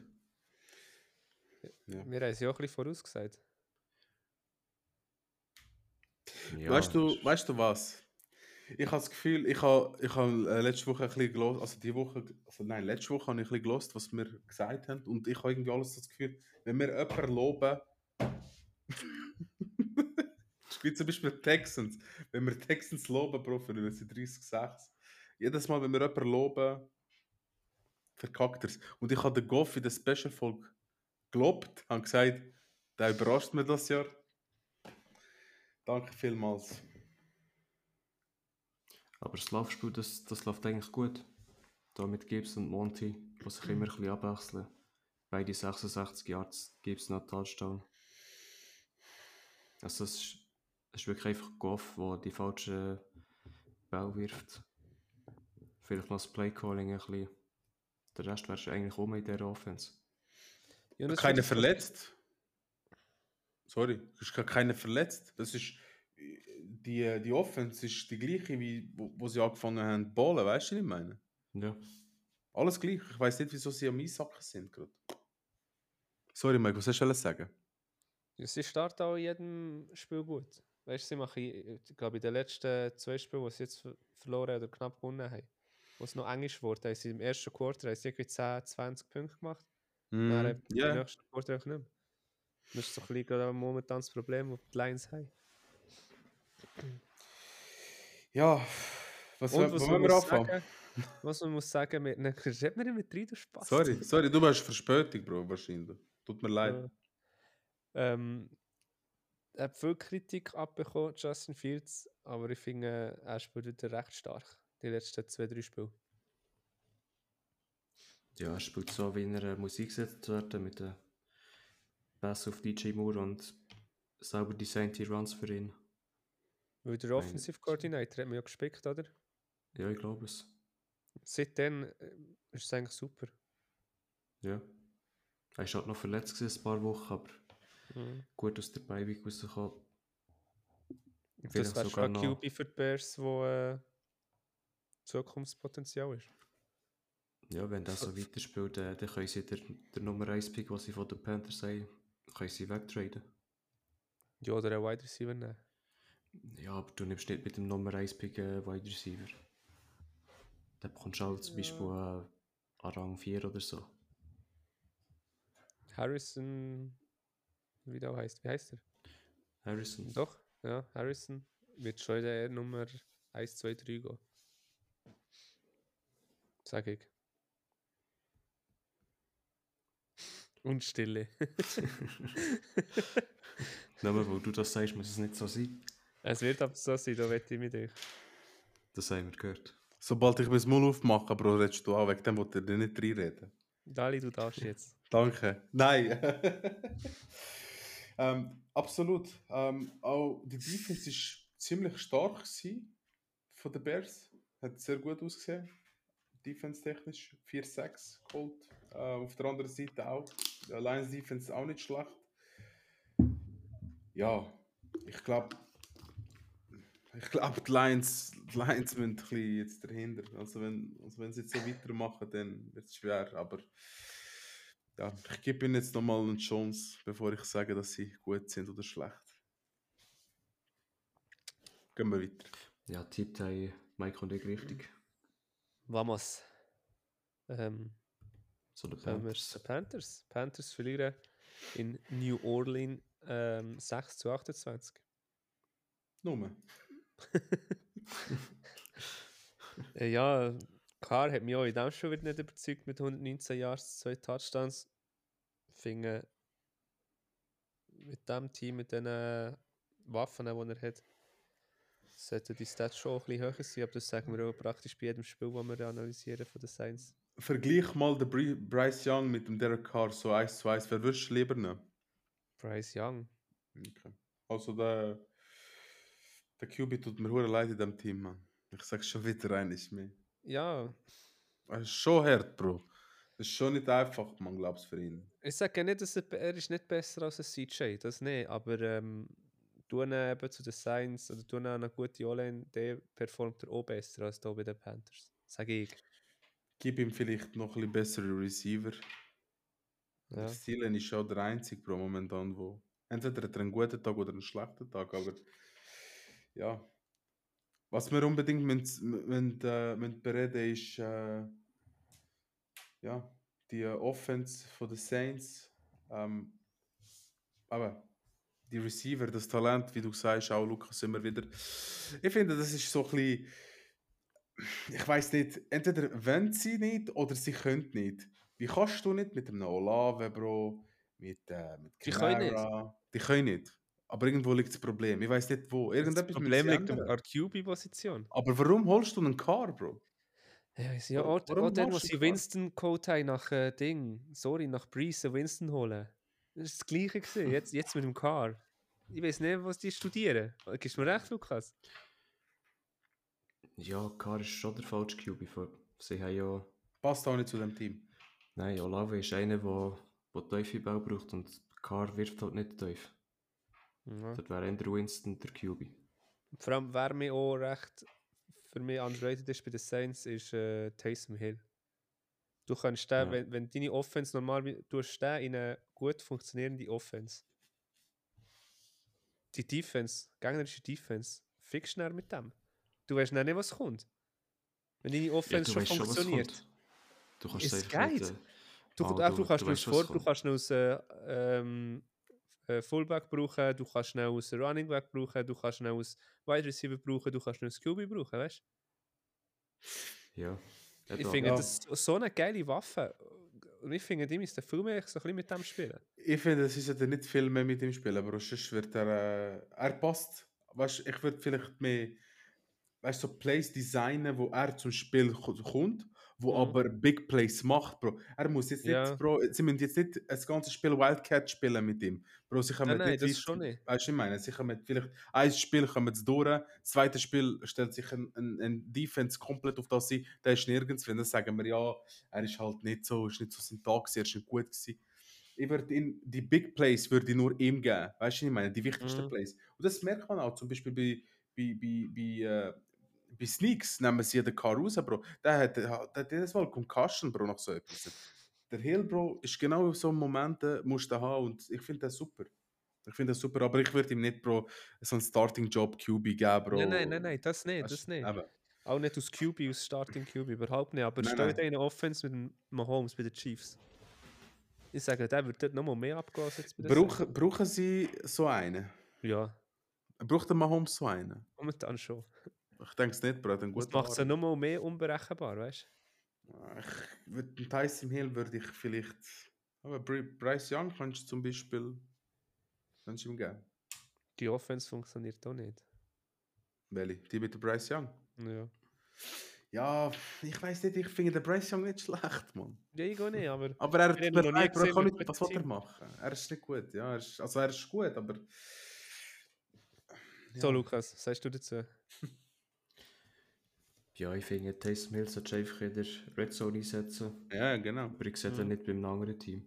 C: Ja.
A: Wir haben es ja auch ein bisschen vorausgesagt.
B: Ja,
C: weißt,
B: das
C: du,
B: ist-
C: weißt du was? Ich habe das Gefühl, ich habe, ich habe äh, letzte Woche ein bisschen gelost, also die Woche, also nein, letzte Woche habe ich ein bisschen gelost, was wir gesagt haben. Und ich habe irgendwie alles so das Gefühl, wenn wir jemanden loben. Wie zum Beispiel die Texans. Wenn wir die Texans loben, Bro, verlieren sie 30-6. Jedes Mal, wenn wir jemanden loben, verkackt er es. Und ich habe den Goff in der Special-Folge gelobt und gesagt, der überrascht mich das Jahr. Danke vielmals.
B: Aber das Laufspiel, das, das läuft eigentlich gut. Da mit Gibbs und Monty, die sich immer ein bisschen abwechseln. Beide 66 Yards, Gibbs noch Touchdown. Also es ist, es ist wirklich einfach Goff, der die falschen Ball wirft. Vielleicht noch das Playcalling ein bisschen. Der Rest wärst du eigentlich um in dieser Offense.
A: Ja, das
C: Keiner
A: ist-
C: verletzt. Sorry, es ist gar keiner verletzt. Das ist äh, die, die Offense ist die gleiche, wie wo, wo sie angefangen haben zu ballen, weißt du, was ich meine?
B: Ja,
C: Alles gleich. Ich weiß nicht, wieso sie am Einsacken sind gerade. Sorry, Mike, was hast du wollen sagen?
A: Ja, sie starten auch in jedem Spiel gut. Weißt du, sie machen, ich glaube, in den letzten zwei Spielen, die sie jetzt ver- verloren oder knapp gewonnen haben, wo es noch eng ist geworden, haben sie im ersten Quarter haben sie irgendwie 10, 20 Punkte gemacht.
C: Mm,
A: Dann haben sie im
C: ja,
A: nächsten Quarter auch nicht mehr. Das ist so ein bisschen gerade momentan das Problem, das die Lions haben.
C: ja. Was,
A: Und was man
C: Also, wollen wir
A: muss
C: anfangen?
A: sagen, was man muss sagen, mit ne, redet man mit drei, du Spaß.
C: Sorry, sorry, du hast Verspätung, Bro, wahrscheinlich. Tut mir leid.
A: Ja. Ähm, er hat viel Kritik abbekommen, Justin Fields, aber ich finde, äh, er spielt wieder recht stark. Die letzten zwei, drei Spiele.
B: ja er spielt so, wie er äh, muss eingesetzt werden, mit dem Pass auf DJ Moore und sauber designte Runs für ihn.
A: Weil der Offensive Coordinator hat mir ja gespickt, oder?
B: Ja, ich glaube es.
A: Seitdem äh, ist es eigentlich super.
B: Ja. Er war halt noch verletzt gewesen, ein paar Wochen, aber
A: Mhm.
B: gut aus der Beiweg rausgekommen.
A: Das
B: Vielleicht
A: wäre
B: sogar
A: schon ein
B: noch.
A: QB für die Bears, wo äh, Zukunftspotenzial ist.
B: Ja, wenn das so weiterspielt, äh, dann können sie den, den Nummer 1 Pick, den sie von den Panthers haben, können sie wegtraden.
A: Ja, oder ein Wide Receiver nehmen.
B: Ja, aber du nimmst nicht mit dem Nummer 1 Pick äh, Wide Receiver. Dann bekommst du halt zum Beispiel äh, an Rang 4 oder so.
A: Harrison, wie der auch heißt. Wie heißt er?
B: Harrison.
A: Doch, ja, Harrison wird schon in der Nummer 1, 2, 3 gehen. Sag ich. Und Stille.
B: Nur weil du das sagst, muss es nicht so sein.
A: es wird aber so sein, da wette ich mit euch.
B: Das haben wir gehört.
C: Sobald ich mein Maul aufmache, Bro, redest du an, wegen dem, wo du dir nicht reinreden.
A: Dali, du darfst jetzt.
C: Danke. Nein. ähm, absolut. Ähm, auch die Defense ist ziemlich stark gewesen von den Bears. Hat sehr gut ausgesehen. Defense-technisch 4-6 geholt. Äh, auf der anderen Seite auch. Die Lions Defense auch nicht schlecht. Ja, ich glaube. Ich glaube, die Lions, die Lions müssen ein bisschen jetzt dahinter. Also wenn, also wenn sie jetzt so weitermachen, dann wird es schwer. Aber ja, ich gebe ihnen jetzt nochmal eine Chance, bevor ich sage, dass sie gut sind oder schlecht. Gehen wir weiter.
B: Ja, tippt haben Mike und ich richtig.
A: Vamos. Ähm,
B: So der
A: Kommen wir zu
B: Panthers.
A: den Panthers. Panthers verlieren in New Orleans ähm, 6 zu 28.
C: Nummer.
A: Äh, Ja, Carr hat mich auch in dem schon wieder nicht überzeugt mit 119 Yards, zwei Touchdowns. Finde mit dem Team, mit den äh, Waffen, die er hat, sollten die Stats schon auch ein bisschen höher sein, aber das sagen wir auch praktisch bei jedem Spiel, das wir analysieren von den Saints.
C: Vergleich mal den Bri Bryce Young mit dem Derek Carr, so eins zu eins. Wer würdest du lieber nehmen?
A: Bryce Young.
C: Okay. Also der, der QB tut mir hure leid in diesem Team, Mann. Ich sag's schon wieder rein, ist mir.
A: Ja,
C: Es ist schon hart, Bro. Es ist schon nicht einfach, man glaubt's für ihn.
A: ich sage ja nicht, dass er, be- er ist nicht besser als ein CJ, das nicht, aber ähm, du ihn eben zu den Saints oder du ihn an eine gute O-Line, der performt er auch besser als hier bei den Panthers. Sage ich.
C: Gib ihm vielleicht noch ein bisschen bessere Receiver.
A: Ja.
C: Steelen ist auch der einzige Bro momentan, wo entweder hat er einen guten Tag oder einen schlechten Tag, aber ja. Was wir unbedingt müssen, müssen, äh, müssen bereden ist äh, ja, die äh, Offense von den Saints. Ähm, aber die Receiver, das Talent, wie du sagst, auch Lukas immer wieder. Ich finde, das ist so ein bisschen. Ich weiß nicht, entweder wollen sie nicht oder sie können nicht. Wie kannst du nicht mit einem Olave, Bro, mit, äh, mit
A: Die können nicht.
C: Kamara- Die können nicht. Aber irgendwo liegt das Problem. Ich weiß nicht wo. Irgendetwas
A: das
C: müssen
A: Problem
C: sie
A: liegt
C: ändern.
A: an QB-Position.
C: Aber warum holst du einen Car, Bro?
A: Ja, ist ja
C: Warum-
A: auch,
C: warum
A: auch der,
C: machst
A: was
C: du
A: sie
C: das?
A: Winston Kotei nach äh, Ding, sorry, nach Breeze einen Winston holen. Das ist das Gleiche gewesen, jetzt, jetzt mit dem Car. Ich weiß nicht, was die studieren. Äh, Gibst du mir recht, Lukas?
B: Ja, Carr ist schon der falsche QB. für- Sie haben ja...
C: Passt auch nicht zu dem Team.
B: Nein, Olave ist einer, der, der Teufel Ball braucht und Carr wirft halt nicht Teufel.
A: Ja.
B: Dort wäre eher Winston der QB.
A: Vor allem, wer mir auch recht für mich underrated ist bei den Saints, ist äh, Taysom Hill. Du kannst den,
B: Ja.
A: wenn, wenn deine Offense normal wie- du hast den in eine gut funktionierende Offense. Die Defense, gegnerische Defense, fix schnell mit dem. Du weißt dann nicht, was kommt. Wenn deine Offense schon
B: weisst was
A: funktioniert.
B: kommt. Du kannst
A: Es
B: es einfach nicht,
A: geht.
B: äh,
A: Du,
B: Ah,
A: auch, du
B: du-
A: kannst
B: du
A: schnell
B: weißt, was
A: Sport, du
B: kommt.
A: kannst schnell einen ähm, äh, Fullback brauchen, du kannst schnell einen Running Back brauchen, du kannst schnell einen Wide Receiver brauchen, du kannst schnell einen QB brauchen, weißt
B: Ja.
A: du? Ich
B: Eben,
A: finde,
C: Ja.
A: das ist so eine geile Waffe. Und ich finde, die müssen viel mehr so ein bisschen mit dem spielen.
C: Ich finde, es ist nicht viel mehr mit ihm spielen, aber sonst wird er. Äh, er passt. Weißt, ich würde vielleicht mehr weißt, so Plays designen, wo er zum Spiel ko- kommt, wo
A: Mhm.
C: aber Big Plays macht, Bro. Er muss jetzt nicht,
A: Ja.
C: Bro, sie müssen jetzt nicht das ganze Spiel Wildcat spielen mit ihm. Bro, sie kommen
A: Nein, nein,
C: nicht
A: das
C: weit-
A: schon nicht.
C: Weißt du, ich meine, sie kommen vielleicht ein Spiel kommen sie durch, das zweite Spiel stellt sich ein, ein, ein Defense komplett auf das ein, der ist nirgends, wenn dann sagen wir, ja, er ist halt nicht so, ist nicht so sein Tag, gewesen, er ist nicht gut gewesen. ich würde ihn, die Big Plays würde ich nur ihm geben. Weißt du, ich meine, die wichtigsten
A: Mhm.
C: Plays. Und das merkt man auch zum Beispiel bei, bei, bei, bei, äh, bei Sneaks, nehmen sie ja den Car raus, Bro. Der hat, der hat jedes Mal Concussion, Bro, nach so etwas. Der Hill, Bro, ist genau in so Momenten, musst du haben und ich finde das super. Ich finde das super, aber ich würde ihm nicht, Bro, so einen Starting-Job QB geben, Bro.
A: Nein, nein, nein, nein, das nicht,
C: Weißt du,
A: das nicht.
C: eben.
A: Auch nicht aus QB, aus Starting QB, überhaupt nicht. Aber
C: Nein,
A: stell
C: nein.
A: dir eine Offense mit dem Mahomes bei den Chiefs. Ich sage, der wird dort nochmal mehr abgehen als jetzt bei den Saints.
C: Brauchen, brauchen sie so einen?
A: Ja,
C: Braucht der Mahomes so einen?
A: momentan schon.
C: Ich denke es nicht, Bro. Dann
A: Das
C: gut.
A: macht es ja nochmal mehr unberechenbar, weißt du?
C: Ah, Ich würde den Tyson Hill würde ich vielleicht. Aber Bry- Bryce Young kannst du zum Beispiel. Kannst du ihm geben?
A: Die Offense funktioniert auch nicht.
C: Welche? Die mit der Bryce Young?
A: Ja.
C: Ja, ich weiß nicht, ich finde den Bryce Young nicht schlecht, Mann.
A: Ja, ich auch nicht, aber
C: Aber
A: Wir
C: er
A: haben
C: tut
A: ihn
C: mir
A: noch nie
C: leid, Bro, ich
A: gesehen
C: kann
A: mit
C: nicht, was
A: gutem
C: will er
A: Team.
C: machen? Er ist nicht gut, ja. Er ist, also er ist gut, aber.
A: so, Lukas, was sagst du dazu?
B: Ja, ich finde, Taysom Hill sollte einfach in der Red Zone einsetzen.
C: Ja, genau.
B: Aber ich sehe den
A: Mhm.
B: nicht bei einem anderen Team.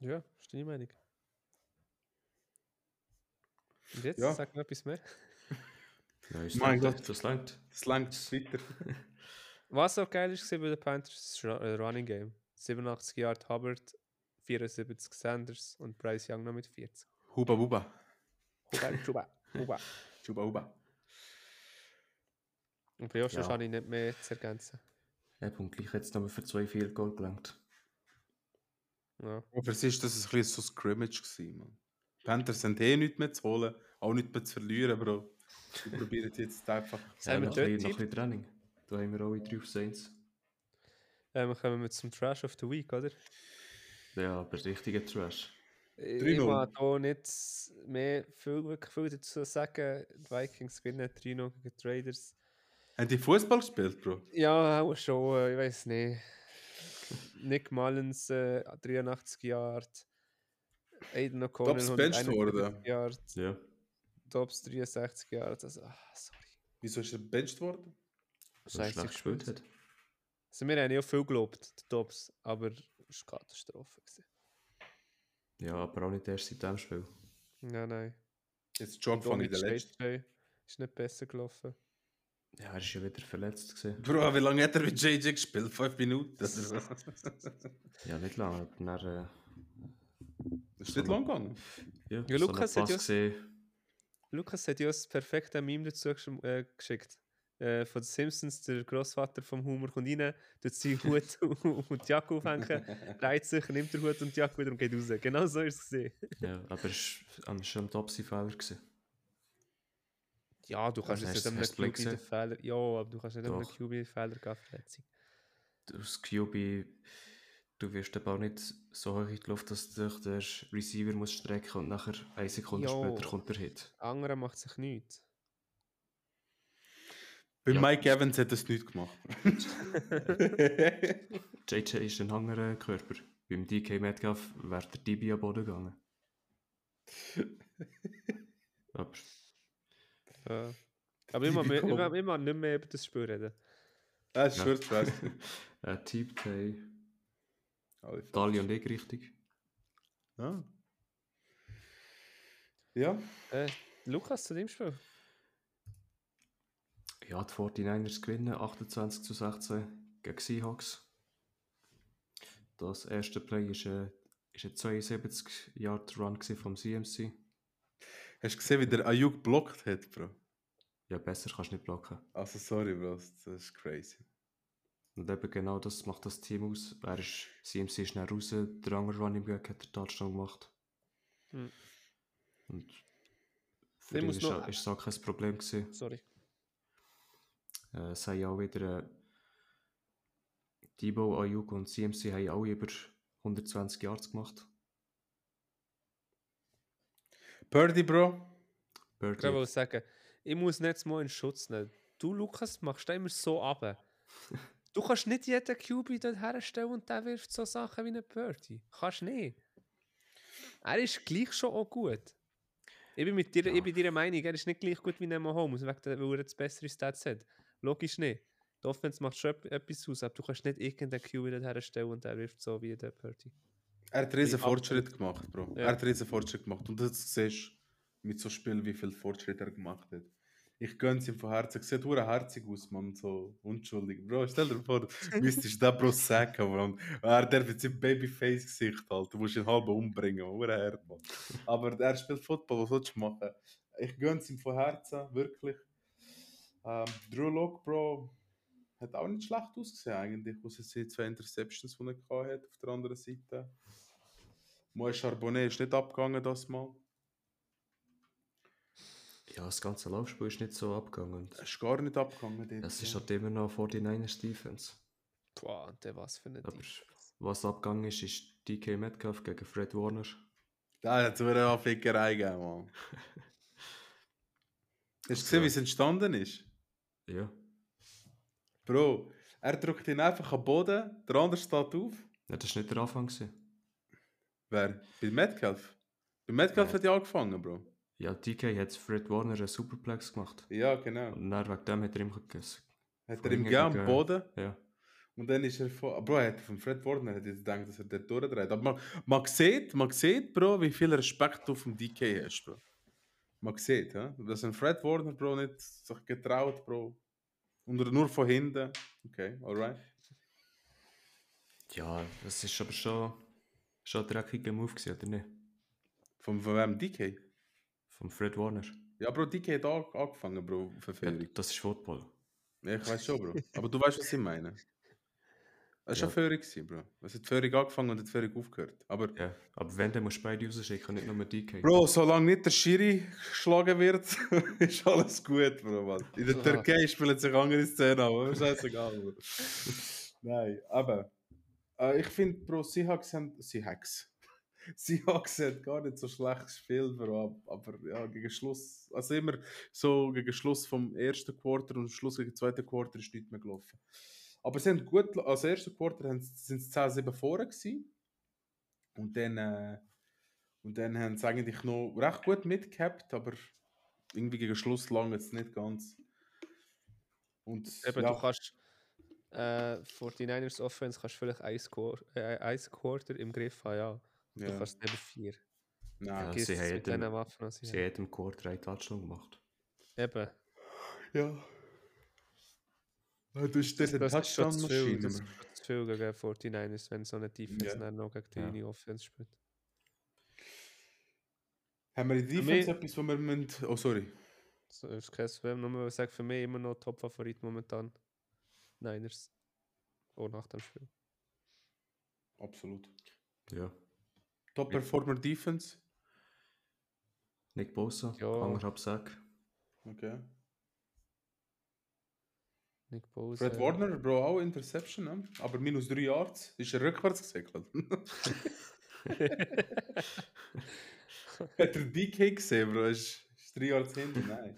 A: Ja, ist deine Meinung. Und jetzt
C: Ja.
A: sag mir etwas mehr.
B: Ja, ist
C: Mein
B: das-
C: Gott.
B: Das langt.
C: Das langt weiter.
A: Was auch geil ist war bei den Panthers, das Ru- äh, Running Game. 87 Yard Hubbard, 74 Sanders und Bryce Young noch mit 40.
C: Huba Buba.
A: Huba, Schuba, Huba.
C: Chuba Huba.
A: Und bei Joshua
B: Ja.
A: habe ich nicht mehr zu ergänzen.
B: Eben, und gleich hat es nochmal für zwei Field Goal gelangt.
A: Ja.
C: Aber es ist das ein bisschen so Scrimmage gewesen, man. Panthers sind eh nichts mehr zu holen, auch nichts mehr zu verlieren, Bro. Wir probieren jetzt einfach.
A: Sagen wir
B: noch,
A: dort
B: ein, bisschen- noch
A: Tipp?
B: ein bisschen Training. Da haben wir alle drei auf Saints.
A: Ähm, kommen wir zum Trash of the Week, oder?
B: Ja, aber richtiger Trash.
A: Ich- Ich
C: 3-0.
A: mag hier nicht mehr viel, wirklich viel dazu sagen. Die Vikings gewinnen 3-0 gegen die Raiders.
C: Haben die Fußball gespielt, Bro?
A: Ja, auch schon, äh, ich weiß nicht. Nick Mullins, äh, 83 Yard. Aiden O'Connell,
C: Dobbs benched worden.
A: 171 Yard.
B: Ja.
A: Dobbs 63 Yard. Also, ah, sorry.
C: Wieso ist er benched worden?
B: So
A: Scheiße
B: schlecht gespielt
A: gespielt.
B: hat.
A: Also, wir haben ja viel gelobt, die Dobbs, aber es war eine Katastrophe. gewesen.
B: Ja, aber auch nicht erst seit dem Spiel.
A: Nein, nein.
C: Jetzt John von in der
A: Domic
C: letzten.
A: JJ ist nicht besser gelaufen.
B: Ja, er war ja wieder verletzt. Gewesen.
C: Bro, wie lange hat er mit JJ gespielt? Fünf Minuten? Oder so?
B: Ja, nicht lange. Aber dann, äh,
C: Das ist nicht lang gegangen.
B: ja,
A: Ja, Lukas
B: so
A: hat
B: einen Pass
A: ja-
B: gesehen.
A: Lukas hat ja das perfekte Meme dazu geschm- äh, geschickt. Äh, von den Simpsons, der Großvater vom Humor kommt rein, tut seinen Hut und die Jacke aufhängen, dreht sich, nimmt den Hut und die Jacke wieder und geht raus. Genau so ist es gesehen.
B: Ja, aber es war am schon Topsy-Fehler. gewesen.
A: Ja, du kannst
B: Also
A: jetzt
B: hast- hast
A: nicht
B: du
A: einem
B: Glück
A: QB den
B: gesehen?
A: Fehler. Ja, aber du kannst nicht einem
B: Doch.
A: QB Fehler geben, Verletzung.
B: Aus QB, du wirst den Ball nicht so hoch in die Luft, dass du dich der Receiver muss strecken und nachher eine Sekunde
A: Jo.
B: später kommt der Hit.
A: Andere macht sich nichts.
C: Bei
B: Ja.
C: Mike Evans hat das nicht gemacht.
B: JJ ist ein anderer Körper. Beim DK Metcalf wäre der DB am Boden gegangen. Aber
A: Ja. Aber immer,
C: Die
A: mehr,
C: bekommen-
A: immer, immer nicht mehr über das Spiel reden.
C: das Ah, ist
B: Ja.
C: schon fest.
B: äh, Typ haben Dali und ich richtig.
C: Ja. ja.
A: Äh, Lukas zu dem Spiel.
B: Ja, die 49ers gewinnen 28 zu 16 gegen Seahawks. Das erste Play ist, äh, ist ein 72 Yard Run gewesen vom CMC.
C: Hast du gesehen, wie der Ayuk geblockt hat, Bro?
B: Ja, besser kannst du nicht blocken.
C: Also, sorry, Bro, das ist crazy.
B: Und eben genau das macht das Team aus. Er ist CMC ist schnell raus, der andere Running Back hat den Touchdown gemacht.
A: Hm.
B: Und für
A: Der
B: ihn
A: muss
B: ist
A: noch-
B: auch- ist es auch kein Problem gewesen.
A: Sorry.
B: Äh, es haben ja auch wieder äh, Debo, Ayuk und CMC haben auch über 120 Yards gemacht.
C: Purdy, Bro.
B: Birdie
A: Ich wollte
B: hat-
A: gerade sagen, ich muss nicht mal in Schutz nehmen. Du, Lukas, machst da immer so ab. Du kannst nicht jeden QB dort herstellen und der wirft so Sachen wie eine Birdie. Kannst nicht. Er ist gleich schon auch gut. Ich bin, mit dir, ich bin deiner Meinung, er ist nicht gleich gut wie ein Mahomes, wegen der- weil er jetzt bessere Stats hat. Logisch nicht. Die Offense macht schon ep- etwas aus, aber du kannst nicht irgendeinen QB nicht herstellen und der wirft so wie der Purdy.
C: Er hat riesen
B: Wie
C: Fortschritt gemacht, Bro.
A: Ja.
C: Er hat riesen Fortschritt gemacht. Und das siehst du mit so Spielen, wie viel Fortschritt er gemacht hat. Ich gönn's ihm von Herzen. Sieht hure herzig aus, Mann. So unschuldig. Bro, stell dir vor, du müsstest da Bro sagen, Mann. Er darf jetzt im Babyface-Gesicht halten. Du musst ihn halb umbringen, Mann. Hure hart, Mann. Aber er spielt Football, was sollst du machen? Ich gönn's ihm von Herzen, wirklich. Ähm, Drew Lock, Bro, hat auch nicht schlecht ausgesehen eigentlich. Außer sie zwei Interceptions, die er gehabt hat auf der anderen Seite. Moe Charbonnet ist nicht abgegangen das Mal.
B: Ja, das ganze Laufspiel ist nicht so abgegangen. Und
C: Er ist gar nicht abgegangen. Dort.
B: es ist halt immer noch 49ers Defense.
A: Boah, und der was für ein
B: Aber
A: Team.
B: was abgegangen ist, ist DK Metcalf gegen Fred Warner.
C: Da hat es wieder eine Fickerei gegeben, Mann. Hast du gesehen, wie es entstanden ist?
B: Ja,
C: Bro, er drückt ihn einfach am Boden, der andere steht auf.
B: ja das war nicht der Anfang. Gewesen.
C: Wer? Bei Metcalf. Bei Metcalf
B: Ja.
C: hat ja angefangen, Bro.
B: Ja, DK hat Fred Warner einen Superplex gemacht.
C: Ja, genau.
B: Und dann wegen dem hat er ihm gegessen.
C: Hat er
B: vorhin
C: ihm
B: hat
C: gegeben
B: er
C: am
B: gegeben.
C: Boden.
B: Ja.
C: Und dann ist er von. Bro, er hat von Fred Warner hat jetzt gedacht, dass er dort durchdreht. Aber man, man sieht, man sieht, Bro, wie viel Respekt du vom DK hast, Bro. Man sieht, hä? Dass ein Fred Warner, Bro, nicht sich getraut, Bro. Und er nur von hinten. Okay, alright.
B: Ja, das ist aber schon, schon ein dreckiger Move, gewesen, oder nicht?
C: Von, von wem? DK?
B: Von Fred Warner.
C: Ja, Bro, DK hat auch angefangen, Bro,
B: Ja,
C: Verfehlung.
B: das ist Football.
C: Ja, ich weiß schon, Bro. Aber du weißt, was ich meine. Es
B: Ja.
C: war ja. schon Bro. Es hat Föhrig angefangen und hat Föhrig aufgehört. Aber
B: Ja. Aber wenn, dann musst du beide rausschicken, nicht nur DK.
C: Bro, solange nicht der Schiri geschlagen wird, ist alles gut, Bro. Mann. In der
A: Ja.
C: Türkei spielen sich andere Szenen, aber ist scheißegal. Bro. Nein, aber äh, ich finde, Bro, Seahawks haben. Seahawks. Seahawks hat gar nicht so schlecht gespielt, Bro. ab- Aber ja, gegen Schluss. Also immer so gegen Schluss vom ersten Quarter und Schluss gegen zweiten Quarter ist nichts mehr gelaufen. Aber sie haben gut. Also, ersten Quarter haben- sind sie 10-7 vorne gewesen. Und dann. Äh, und dann haben sie eigentlich noch recht gut mitgehabt, aber irgendwie gegen Schluss lange es nicht ganz. Und
A: Eben,
C: ja,
A: du kannst äh, 49ers Offense kannst vielleicht ein, Score, äh, ein Quarter im Griff haben, ja.
C: ja,
A: Du kannst nicht vier.
C: nein.
B: Ja,
A: Vergiss
B: sie
A: es
B: haben
A: mit
B: den-
A: diesen Waffen. was sie
B: Sie hat im Chor drei Touchdowns gemacht.
A: haben. Eben.
C: ja. Ja, Du bist dort eine
A: Das ist schon zu viel.
C: Touchdown-Maschine.
A: Das ist
C: Mann.
A: schon zu viel gegen 49ers, wenn so eine Defense dann noch gegen die ja.
B: Ja.
A: Offense spielt.
C: Haben wir in der
A: Für
C: Defense
A: mich-
C: etwas, wo wir müssen... Oh, sorry.
A: Das ist kein Problem. Nur mal sagen, für mich immer noch Top-Favorit momentan. Niners. Oh, nach dem Spiel.
C: Absolut.
B: Ja.
C: Top-Performer-Defense.
B: Nick Bosa,
A: Ja.
B: anderthalb Sack.
C: Okay.
A: Nick Bose.
C: Fred Warner, Bro, auch Interception, ne? aber minus 3 Yards. Ist er rückwärts gesäckelt? Hat er DK gesehen, Bro? Ist, ist 3 Yards hinten? Nein.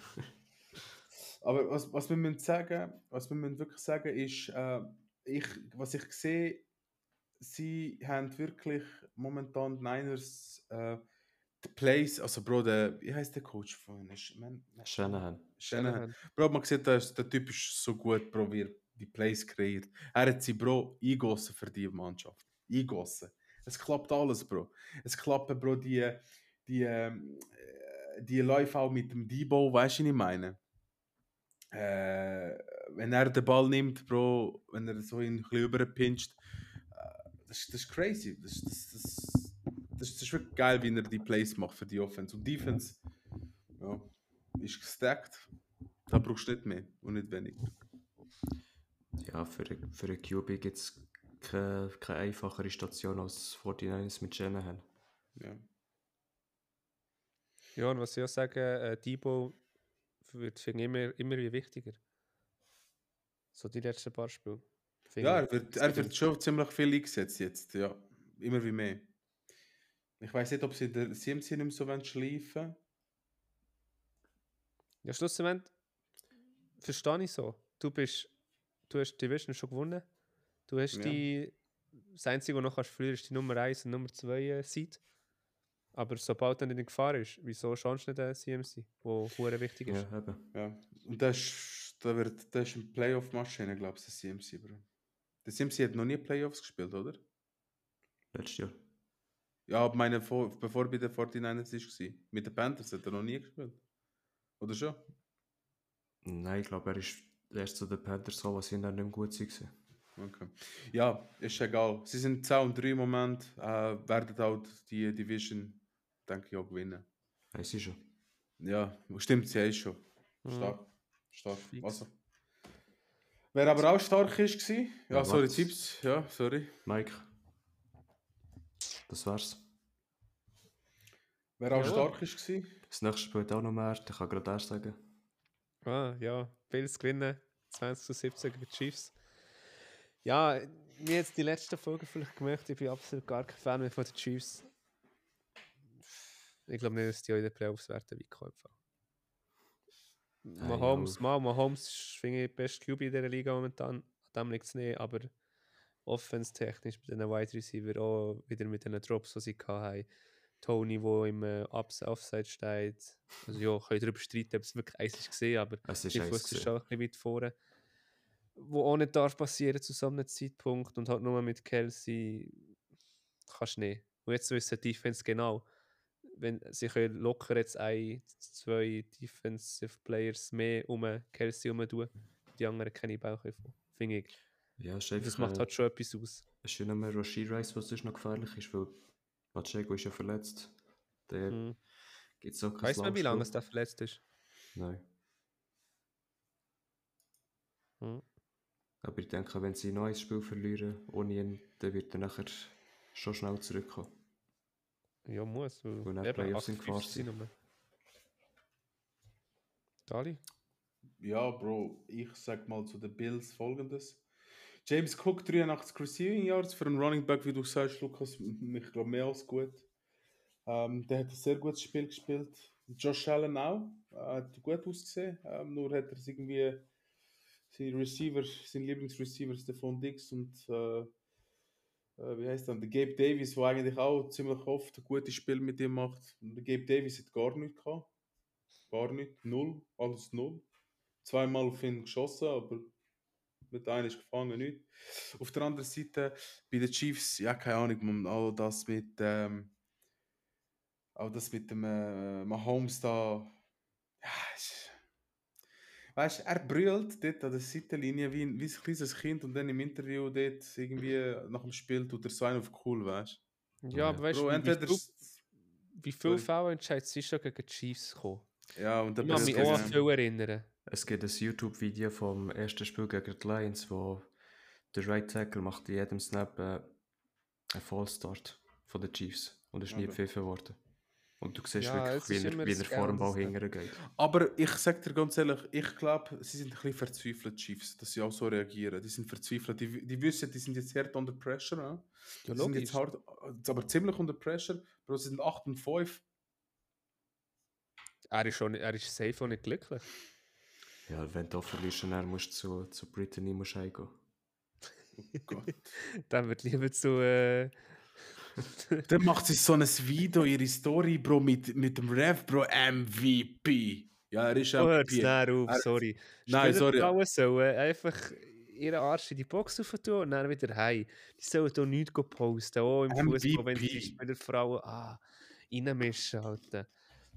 C: Aber was, was wir müssen sagen, was wir müssen wirklich sagen, ist, äh, ich, was ich sehe, sie haben wirklich momentan die Niners äh, die Plays, also Bro, der, wie heißt der Coach von ihnen? Sch- Man-
B: Shanahan.
C: Shanahan. Bro, man sieht, dass der Typ ist so gut, Bro, wie er die Plays kreiert. Er hat sie, Bro, eingossen für die Mannschaft. Eingossen. Es klappt alles, Bro. Es klappen, Bro, die, die, ähm, äh, die Läufe auch mit dem Debo, weißt du, was ich meine? Äh, wenn er den Ball nimmt, Bro, wenn er so ihn ein bisschen überpinscht, äh, das, das ist crazy. Das, das, das, das, das ist wirklich geil, wie er die Plays macht für die Offense. Und Defense, ja, ist gestackt. Da brauchst du nicht mehr und nicht wenig.
B: Ja, für, für einen QB gibt es keine, keine einfachere Station als 49ers mit Shanahan.
C: Ja.
A: Ja, und was ich auch sagen, äh, Debo wird finde ich immer, immer wie wichtiger. So die letzten paar Spiele. Finde
C: Ja,
A: ich.
C: er wird,
A: Es
C: er
A: gibt
C: wird
A: ihm-
C: schon ziemlich viel eingesetzt jetzt, ja. Immer wie mehr. Ich weiß nicht, ob sie in der CMC nicht mehr so wollen schleifen
A: Ja, schlussendlich verstehe ich so. Du bist, du hast die Division schon gewonnen. Du hast
C: Ja.
A: die, das Einzige, was du noch kannst verlieren, ist die Nummer 1 und Nummer 2 äh, Seed. Aber sobald dann in äh, Gefahr ist, wieso schaust du nicht den CMC, wo hure wichtig ist?
B: Ja, eben.
C: Ja. Und das ist Da, wird, da ist eine Playoff-Maschine, glaube ich, der CMC, Bro. Der CMC hat noch nie Playoffs gespielt, oder?
B: Letztes Jahr.
C: Ja, aber meine, vor, bevor er bei den 49ers war. Mit den Panthers hat er noch nie gespielt. Oder schon?
B: Nein, ich glaube, er ist erst zu den Panthers gekommen, was sie dann nicht mehr gut waren.
C: Okay. Ja, ist egal. Sie sind 2 und 3 im Moment, äh, werden halt die Division, denke ich, auch gewinnen.
B: Weiß ich schon.
C: Ja, stimmt, sie ist schon.
A: Mhm.
C: Stark. Stark.
A: Fix.
C: Also. Wer aber auch stark ist, war, ja,
B: Ja,
C: sorry,
B: was?
C: Tipps, ja, sorry.
B: Mike. Das wär's.
C: Wer auch
A: Jawohl.
C: stark ist, war,
B: Das nächste Spiel hat auch noch mehr, ich kann gerade erst sagen.
A: Ah, ja, Bills gewinnen 20 zu 17 gegen die Chiefs. Ja, wie jetzt die letzten Folgen vielleicht gemerkt, ich bin absolut gar kein Fan mehr von den Chiefs. Ich glaube nicht, dass die auch in den Playoffs werden wie einfach. Mahomes,
B: auch.
A: mal, Mahomes ist, finde ich, der beste QB in dieser Liga momentan. An dem liegt es nicht, aber offense-technisch mit den Wide Receiver auch wieder mit den Drops, die sie hatten. Tony, der im äh, Ups, Offside steht. Also ja, könnt ihr darüber streiten, ob es wirklich eins ist gesehen, aber
B: Es ist
A: ich
B: eins.
A: wusste
B: gewesen.
A: schon ein bisschen weit vorne. Wo auch nicht darf passieren zu so einem Zeitpunkt und halt nur mit Kelsey kannst du nicht. Und jetzt wissen die Defense genau, wenn sie können locker jetzt ein, zwei Defensive Players mehr um Kelsey herum tun, die anderen keine Bauch von. Finde ich.
B: Ja, es ist
A: Und
B: einfach.
A: Das macht halt schon etwas aus.
B: Es ist ja nicht mehr Rashid Rice, was sonst noch gefährlich ist, weil Pacheco ist ja verletzt. Der
A: Mhm.
B: gibt es auch kein
A: Weiß man, wie lange es
B: Laufspiel.
A: da verletzt ist?
B: Nein.
A: Mhm.
B: Aber ich denke, wenn sie noch ein Spiel verlieren, ohne ihn, dann wird er nachher schon schnell zurückkommen.
A: Ja, muss. Weil
B: Weil dann
A: eben
B: Playoffs in
A: 8-5
B: Gefahr
A: sind
B: sind.
A: nur. Dali?
C: Ja, Bro, ich sag mal zu den Bills folgendes. James Cook, 83 Receiving Yards für einen Running Back, wie du sagst, Lukas, m- ich glaube mehr als gut. Ähm, der hat ein sehr gutes Spiel gespielt. Josh Allen auch, äh, hat gut ausgesehen, ähm, nur hat er es irgendwie seine Receiver, seine Lieblingsreceiver, Stephon Diggs und äh, äh, wie heißt dann, der Gabe Davis, der eigentlich auch ziemlich oft ein gutes Spiel mit ihm macht. Und der Gabe Davis hat gar nichts gehabt. Gar nichts, null, alles null zweimal auf ihn geschossen, aber mit einem ist gefangen, nicht. Auf der anderen Seite, bei den Chiefs, ja, keine Ahnung, man, auch das mit, ähm, auch das mit dem äh, Mahomes da, ja, ist, weißt, er brüllt dort an der Seitenlinie wie, ein- wie ein kleines Kind und dann im Interview dort irgendwie nach dem Spiel tut er so einen auf cool, weißt
A: Ja, aber weißt
C: Bro,
A: du, wie- wie
C: entweder,
A: du wie viele
C: Sorry.
A: Fälle entscheidet sie schon gegen die Chiefs gekommen?
C: ja, und
A: Ich
C: dann
A: kann
B: das
A: mich
C: brüllt
A: auch
C: er
A: an
C: dann.
A: viel erinnern.
B: Es gibt ein YouTube-Video vom ersten Spiel gegen die Lions, wo der Right Tackle macht in jedem Snap äh, einen Fallstart von den Chiefs und ist nie
C: Aber-
B: gepfiffen worden. Und du siehst
A: Ja, es
B: wirklich,
A: ist
B: wie
A: immer
B: er, wie
A: das
B: er vor dem Ball
A: Ganze.
B: hingern geht.
C: Aber ich sag dir ganz ehrlich, ich glaube, sie sind ein bisschen verzweifelt, die Chiefs, dass sie auch so reagieren. Die sind verzweifelt. Die, die wissen, die sind jetzt hart under pressure. Ja? Die sind
A: logisch.
C: jetzt halt hart, äh, aber ziemlich unter pressure. Bro, sie sind 8 und 5.
A: Er ist, schon, er ist safe und nicht glücklich.
B: Ja, wenn du auch verlierst, dann musst du zu, zu Brittany musst du heimgehen.
A: Dann wird lieber zu. Äh,
C: Dann macht sie so ein Video, ihre Story, Bro, mit, mit dem Rev, Bro, MVP. Ja, er ist
A: oh, hört's
C: MVP.
A: näher auf,
C: Er-
A: sorry.
C: Nein,
A: Spieler
C: sorry.
A: Frauen sollen einfach ihren Arsch in die Box rauf tun und dann wieder heim. Die sollen hier nichts go posten. Auch im Fußball, wenn
C: MVP.
A: die Spielerfrauen ah, reinmischen. Alter.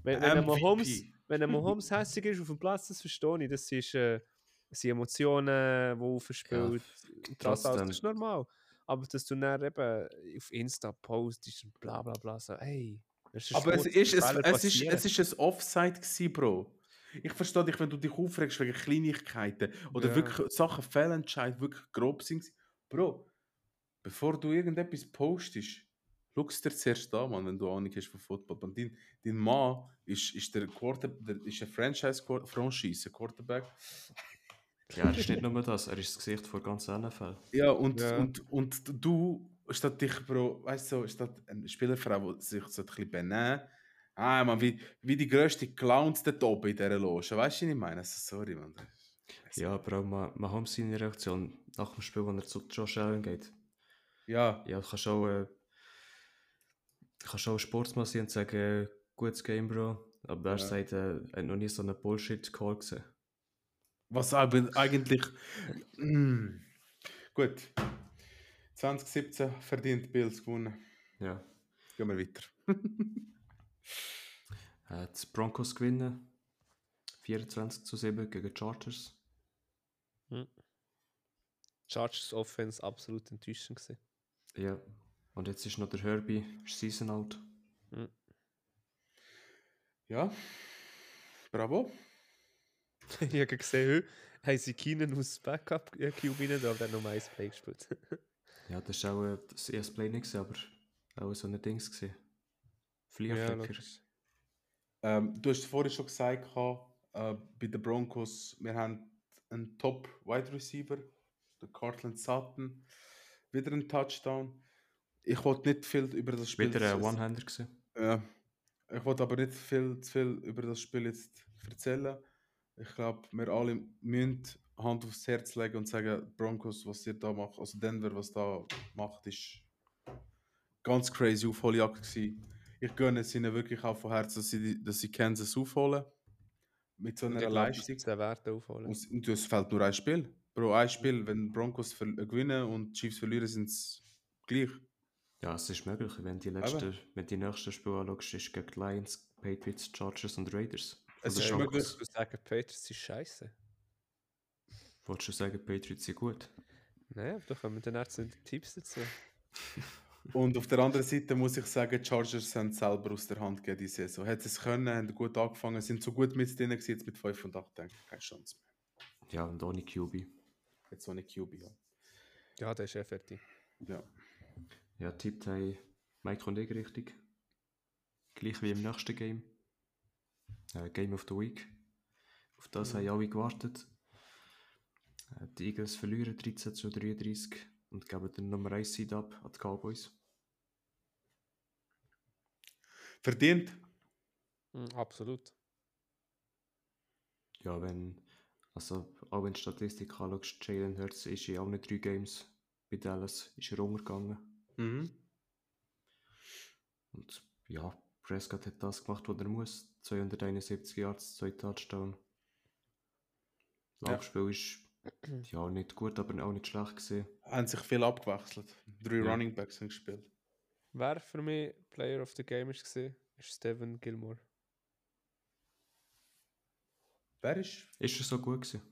A: Wenn, wenn ein Mahomes,
C: MVP.
A: wenn ein Mahomes hässig ist auf dem Platz, das verstehe ich. Das ist, äh, das sind Emotionen, die aufspielt. das, alles,
B: trotzdem.
A: das ist normal. Aber dass du dann eben auf Insta postest und bla bla bla, so, hey. das ist
C: Aber es
A: gut,
C: ist, es,
A: Fehler
C: es, ist,
A: passieren.
C: es ist ein Offside gewesen, Bro. Ich verstehe dich, wenn du dich aufregst wegen Kleinigkeiten oder
A: Ja.
C: wirklich Sachen Fehlentscheid wirklich grob sind. Bro, bevor du irgendetwas postest, schau es dir zuerst an, Mann, wenn du Ahnung hast von Football. Und dein, dein Mann ist, ist der Quarter, der, ist ein Franchise -Quar Franchise Quarterback.
B: Ja, er ist nicht nur das, er ist das Gesicht von der ganzen NFL.
C: Ja, und,
A: Ja.
C: und, und du, statt dich, Bro, weißt du, so, statt eine Spielerfrau, die sich so ein bisschen benehmen, ah, man, wie, wie die grösste Clowns dort oben in dieser Loge, weißt du, was ich meine? Also, sorry, man.
B: Ja, aber auch Ma- Mahomes seine Reaktion nach dem Spiel, wenn er zu Josh Allen geht.
C: Ja,
B: Ja, du kannst auch, äh, kannst auch Sportsmann sein und sagen, äh, gutes Game, Bro. Aber er
C: Ja.
B: sagt, äh, er hat noch nie so einen Bullshit-Call gesehen.
C: Was aber eigentlich. Mm. Gut. 2017 verdient Bills gewonnen.
B: Ja.
C: Gehen wir weiter.
B: Äh, die Broncos gewinnen. 24 zu 7 gegen die Chargers.
A: Chargers Offense absolut enttäuschend gewesen.
B: Ja. Und jetzt ist noch der Herbie, ist Season out.
C: Ja. Bravo.
A: ich habe gesehen, heute haben sie Keenan aus Backup äh, QB rein, aber der hat nur ein Play gespielt.
B: Ja, das war auch äh, das erste Play nicht, gewesen, aber auch so ein Dings gesehen. Fliegerflicker.
C: Ähm, du hast vorhin schon gesagt, äh, bei den Broncos, wir haben einen Top-Wide Receiver, den Cortland Sutton, wieder einen Touchdown. Ich wollte nicht viel über das Spiel
B: Wieder ein äh, One-Hander gewesen.
C: Ja. Äh, Ich wollte aber nicht viel, zu viel über das Spiel jetzt erzählen. Ich glaube, wir alle müssen Hand aufs Herz legen und sagen, Broncos, was ihr da macht, also Denver, was da macht, ist ganz crazy Aufholjagd gewesen. Ich gönne es ihnen wirklich auch von Herzen, dass sie, die- dass sie Kansas aufholen. Mit so einer Leistung.
A: Den Wert aufholen.
C: Und und es fehlt nur ein Spiel. Bro, ein Spiel, wenn Broncos ver- gewinnen und Chiefs verlieren, sind es gleich.
B: Ja, es ist möglich. Wenn die, letzte, wenn die nächsten Spiele anschaust, ist gegen die Lions, Patriots, Chargers und Raiders. Von
C: Es
B: den
C: ist
A: Ja,
B: Broncos.
C: möglich.
A: Ich würde sagen, Patriots ist scheiße.
B: Wolltest du sagen, die Patriots sind gut?
A: Nein, aber da kommen dann erst die Tipps dazu.
C: Und auf der anderen Seite muss ich sagen, die Chargers haben es selber aus der Hand gegeben diese Saison. Hätten sie es können, haben gut angefangen, sind so gut mit denen gewesen, jetzt mit 5 und 8, denke ich, keine Chance mehr.
B: Ja, und ohne QB.
C: Jetzt ohne QB. Ja.
A: Ja, der ist ja fertig.
C: ja.
B: Ja, tippt haben Mike und ich richtig. Gleich wie im nächsten Game. Äh, Game of the Week. Auf das haben alle gewartet. Äh, die Eagles verlieren 13 zu 33 und geben den Nummer 1 Seed ab an die Cowboys.
C: Verdient.
A: Mhm, absolut.
B: Ja, wenn, also auch wenn du die Statistik anschaust, Jalen Hurts ist in allen drei Games bei Dallas ist er umgegangen.
C: Mhm.
B: Und ja, Prescott hat das gemacht, was er muss. 271 Yards, 2 Touchdown.
C: Ja.
B: Laufspiel ist ja nicht gut, aber auch nicht schlecht gesehen.
C: Haben sich viel abgewechselt. Drei
B: Ja.
C: Running Backs haben gespielt.
A: Wer für mich Player of the Game ist, war, ist Steven Gilmore.
C: Wer ist?
B: Ist er so gut gewesen?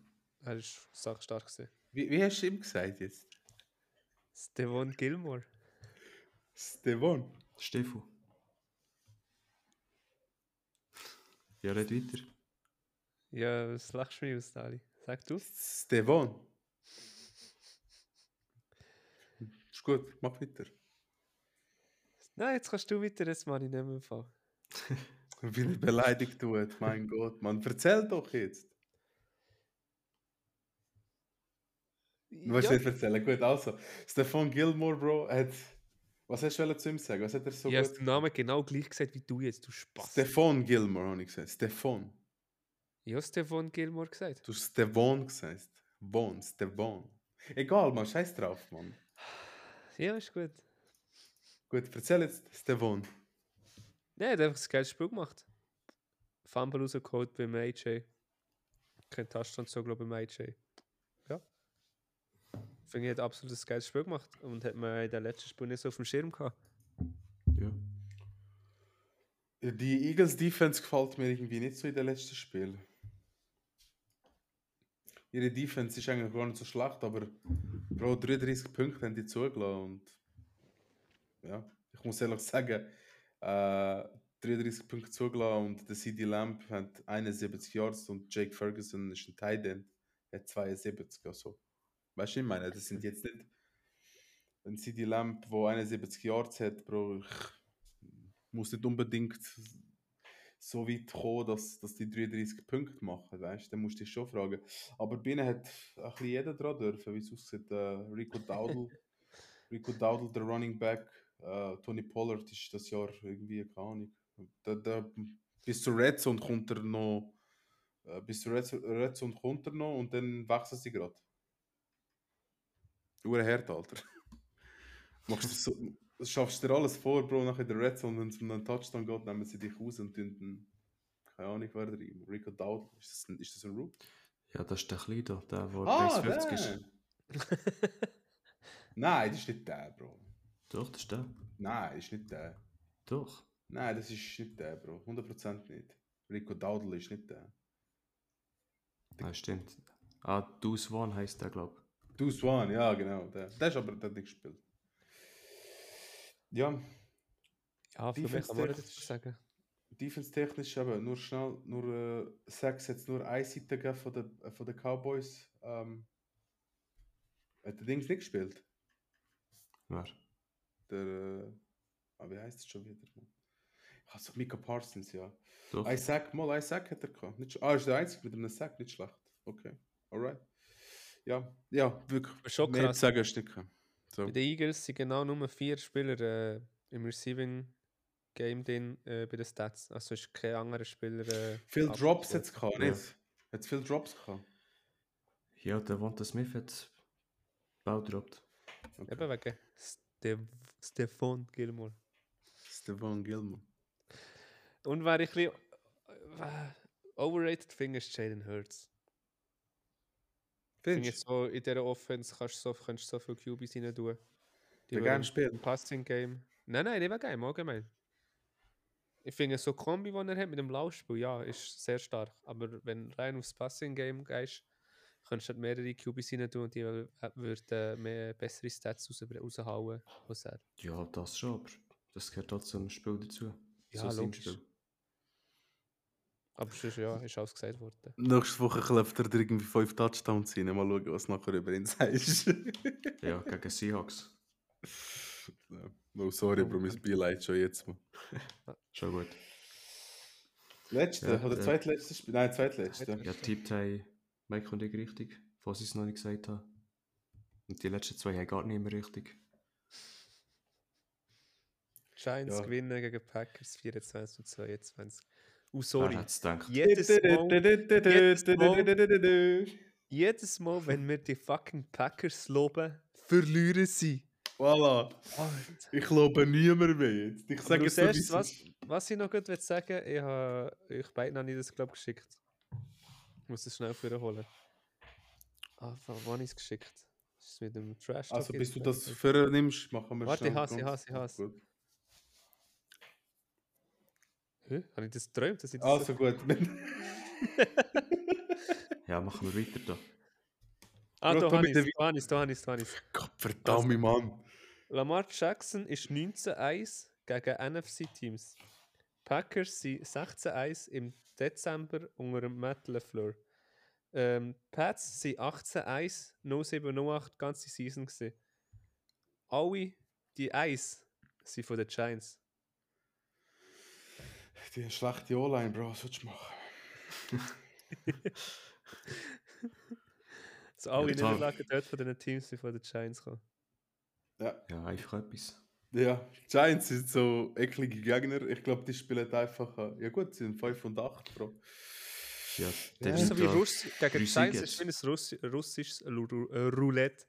A: Er ist sackstark. gewesen.
C: Wie, wie hast du ihm gesagt jetzt?
A: Steven Gilmore.
C: Stevon.
B: Stefan? Ja, red weiter.
A: Ja, was lachst du mir aus, Dali? Sag du es.
C: Stevon. Ist gut, mach weiter.
A: Nein, jetzt kannst du weiter, jetzt mache ich nicht mehr im Fall.
C: Weil er beleidigt tut, mein Gott, man. Erzähl doch jetzt. Du willst
A: Ja.
C: nicht erzählen. Gut, also, Stefan Gilmore, Bro, hat. Was hast du wollen zu ihm sagen? Was hat er so
A: ich habe
C: gut?
A: den Namen genau gleich gesagt wie du jetzt, du Spaß.
C: Stefan Gilmore, habe ich gesagt. Stefan.
A: ich habe Stefan Gilmore gesagt.
C: Du hast Stefan gesagt. Bon, Stefan. Egal, man, scheiß drauf, man.
A: Ja, ist gut.
C: Gut, erzähl jetzt Stefan.
A: Nein, er hat einfach das geilste Spiel gemacht. Fumble rausgeholt beim AJ. Kein Touchdown so, glaube ich, beim AJ. Ja. Finde ich, er hat absolut das geiles Spiel gemacht und hat man in der letzten Spiel nicht so auf dem Schirm gehabt.
B: Ja.
C: Die Eagles Defense gefällt mir irgendwie nicht so in den letzten Spielen. Ihre Defense ist eigentlich gar nicht so schlecht, aber Bro, 33 Punkte haben die zugelassen und ja, ich muss ehrlich sagen, äh, 33 Punkte zugelassen und der CD Lamb hat 71 Yards und Jake Ferguson ist ein Tight End, hat 72 oder so. Weißt du, ich meine, das sind jetzt nicht ein CD Lamb, wo 71 Yards hat, Bro, ich muss nicht unbedingt so weit kommen, dass, dass die 33 Punkte machen, weißt du? Dann musst du dich schon fragen. Aber bei ihnen hat ein bisschen jeder dran dürfen, wie es aussieht. Äh, Rico Dowdle, Rico Dowdle, der Running Back, äh, Tony Pollard ist das Jahr irgendwie, keine Ahnung. Da, da, bis zur Red Zone kommt er noch, äh, bis zur Red, Zo- Red Zone kommt er noch und dann wechseln sie gerade. Uhr hart, Alter. Machst du so, schaffst dir alles vor, Bro, nachher in der Red Zone, wenn es um einen Touchdown geht, nehmen sie dich raus und tun dann, keine Ahnung, wer da rein. Rico Dowdle, ist das ein, ist das ein Root?
B: Ja, das ist der Kleine, da, der, der
C: Ah,
B: 1,50
C: der.
B: ist.
C: Nein, das ist nicht der, Bro.
B: Doch, das ist der.
C: Nein, das ist nicht der.
B: Doch.
C: Nein, das ist nicht der, Bro. 100% nicht. Rico Daudel ist nicht der.
B: Ah, stimmt. Ah, Du Swan heisst der, glaube ich.
C: Du Swan, ja, genau. Der, der ist aber der hat nicht gespielt. Ja,
A: Ja, für mich
C: Defense
A: kann man
C: Depth.
A: das sagen.
C: defense-technisch eben nur schnell, nur äh, Sacks hat nur eine Seite gegeben von den, äh, von den Cowboys. Ähm, hat der Dings nicht gespielt?
B: Wer?
C: Der, äh, ah, wie heißt es schon wieder? Also Mika Parsons, ja.
B: Doch.
C: Ein Sack, mal ein Sack hat er gehabt. Nicht, sch- ah, ist der einzige mit einem Sack, nicht schlecht. Okay, alright. Ja, ja, wirklich.
A: Aber schon
C: Mehr zu
A: krass.
C: sagen ist nicht gekommen. So.
A: Bei den Eagles sind genau nur vier Spieler äh, im Receiving Game drin äh, bei den Stats. Also ist kein anderer Spieler. Äh,
C: Viel Drops
A: abgestellt.
C: jetzt gehabt,
B: Ja.
C: nicht? Hat viel Drops gehabt.
B: Ja, der Wanda Smith hat Ball gedroppt.
A: Eben wegen Ste Stefan Gilmore.
C: Stefan Gilman.
A: Und wer ich ein bisschen äh, overrated finde, ist Jalen Hurts. Ich finde jetzt
C: Findest
A: so, in dieser Offense kannst du so, kannst du so viele QBs rein tun.
C: du? Der gerne
A: würden-
C: spielt.
A: Passing Game. Nein, nein, nicht wegen Game, allgemein. Ich finde, so die Kombi, die er hat mit dem Laufspiel, ja, ist sehr stark. Aber wenn du rein aufs Passing Game gehst, kannst du halt mehrere QBs rein tun und die wür- äh, würden mehr bessere Stats raus, raushauen als er.
B: Ja, das schon, aber das gehört auch zum Spiel dazu.
A: Ja,
B: Zu seinem
A: logisch. Aber sonst, ja, ist alles gesagt worden.
C: Nächste Woche klopft er dir irgendwie fünf Touchdowns rein. Mal schauen, was nachher über ihn sagst.
B: Ja, gegen Seahawks.
C: no, Oh, sorry, Bro, mein Beileid schon jetzt. Mal.
B: Schon gut.
C: Letzte
B: Ja,
C: oder
B: ja.
C: zweitletzte Spiel? Nein, zweitletzte.
B: Ja, tippt haben Mike und ich richtig, falls ich es noch nicht gesagt habe. Und die letzten zwei haben gar nicht mehr richtig.
A: Giants
C: Ja.
A: gewinnen gegen Packers 24 und 22. Oh,
B: Wer
A: sorry.
B: hätte es gedacht?
A: Jedes Mal, jedes Mal, wenn wir die fucking Packers loben, verlieren sie.
C: Voilà.
A: Alter.
C: Ich glaube niemand mehr jetzt. Ich
A: Aber
C: sage
A: du
C: es nur, wie
A: siehst,
C: es
A: was,
C: ist.
A: was ich noch gut will sagen ich habe euch beiden noch nicht das Club geschickt. Ich muss es schnell wiederholen. Ah, von wann habe ich es geschickt? Ist es mit dem Trash?
C: Also, bis du das vornimmst, machen wir
A: Warte, ich
C: schnell
A: has, ich
C: ganz-
A: has, ich has.
C: Gut.
A: Hä? Habe ich das geträumt? Dass ich das
C: Also gut.
B: Ja, machen wir weiter da.
A: ah, da
C: Brutto
A: habe
C: mit
A: ich
C: der
A: es,
C: Wi-
A: da habe ich es, da habe ich es, da habe ich es.
C: Gott verdammt, Mann.
A: Lamar Jackson ist 19-1 gegen NFC-Teams. Packers sind 16-1 im Dezember unter dem Matt LeFleur. Ähm, Pats sind 18-1, 0708 ganze Season gesehen. Alle die 1 sind von den Giants.
C: Die schlechte O-Line, Bro, was willst du machen?
A: Also alle
B: Ja, total.
A: Niederlagen dort von den Teams sind von den Giants gekommen.
C: Ja.
B: Ja, einfach etwas.
C: ja, die Giants sind so eklige Gegner. Ich glaube, die spielen einfach. äh, Ja, gut, sie sind 5 und 8, Bro.
B: Ja, der
A: Das ist so wie
B: da-
A: Russ gegen die
B: drei
A: Giants
B: Siege
A: ist wie ein Russi russisches Lu- Ru- äh, Roulette.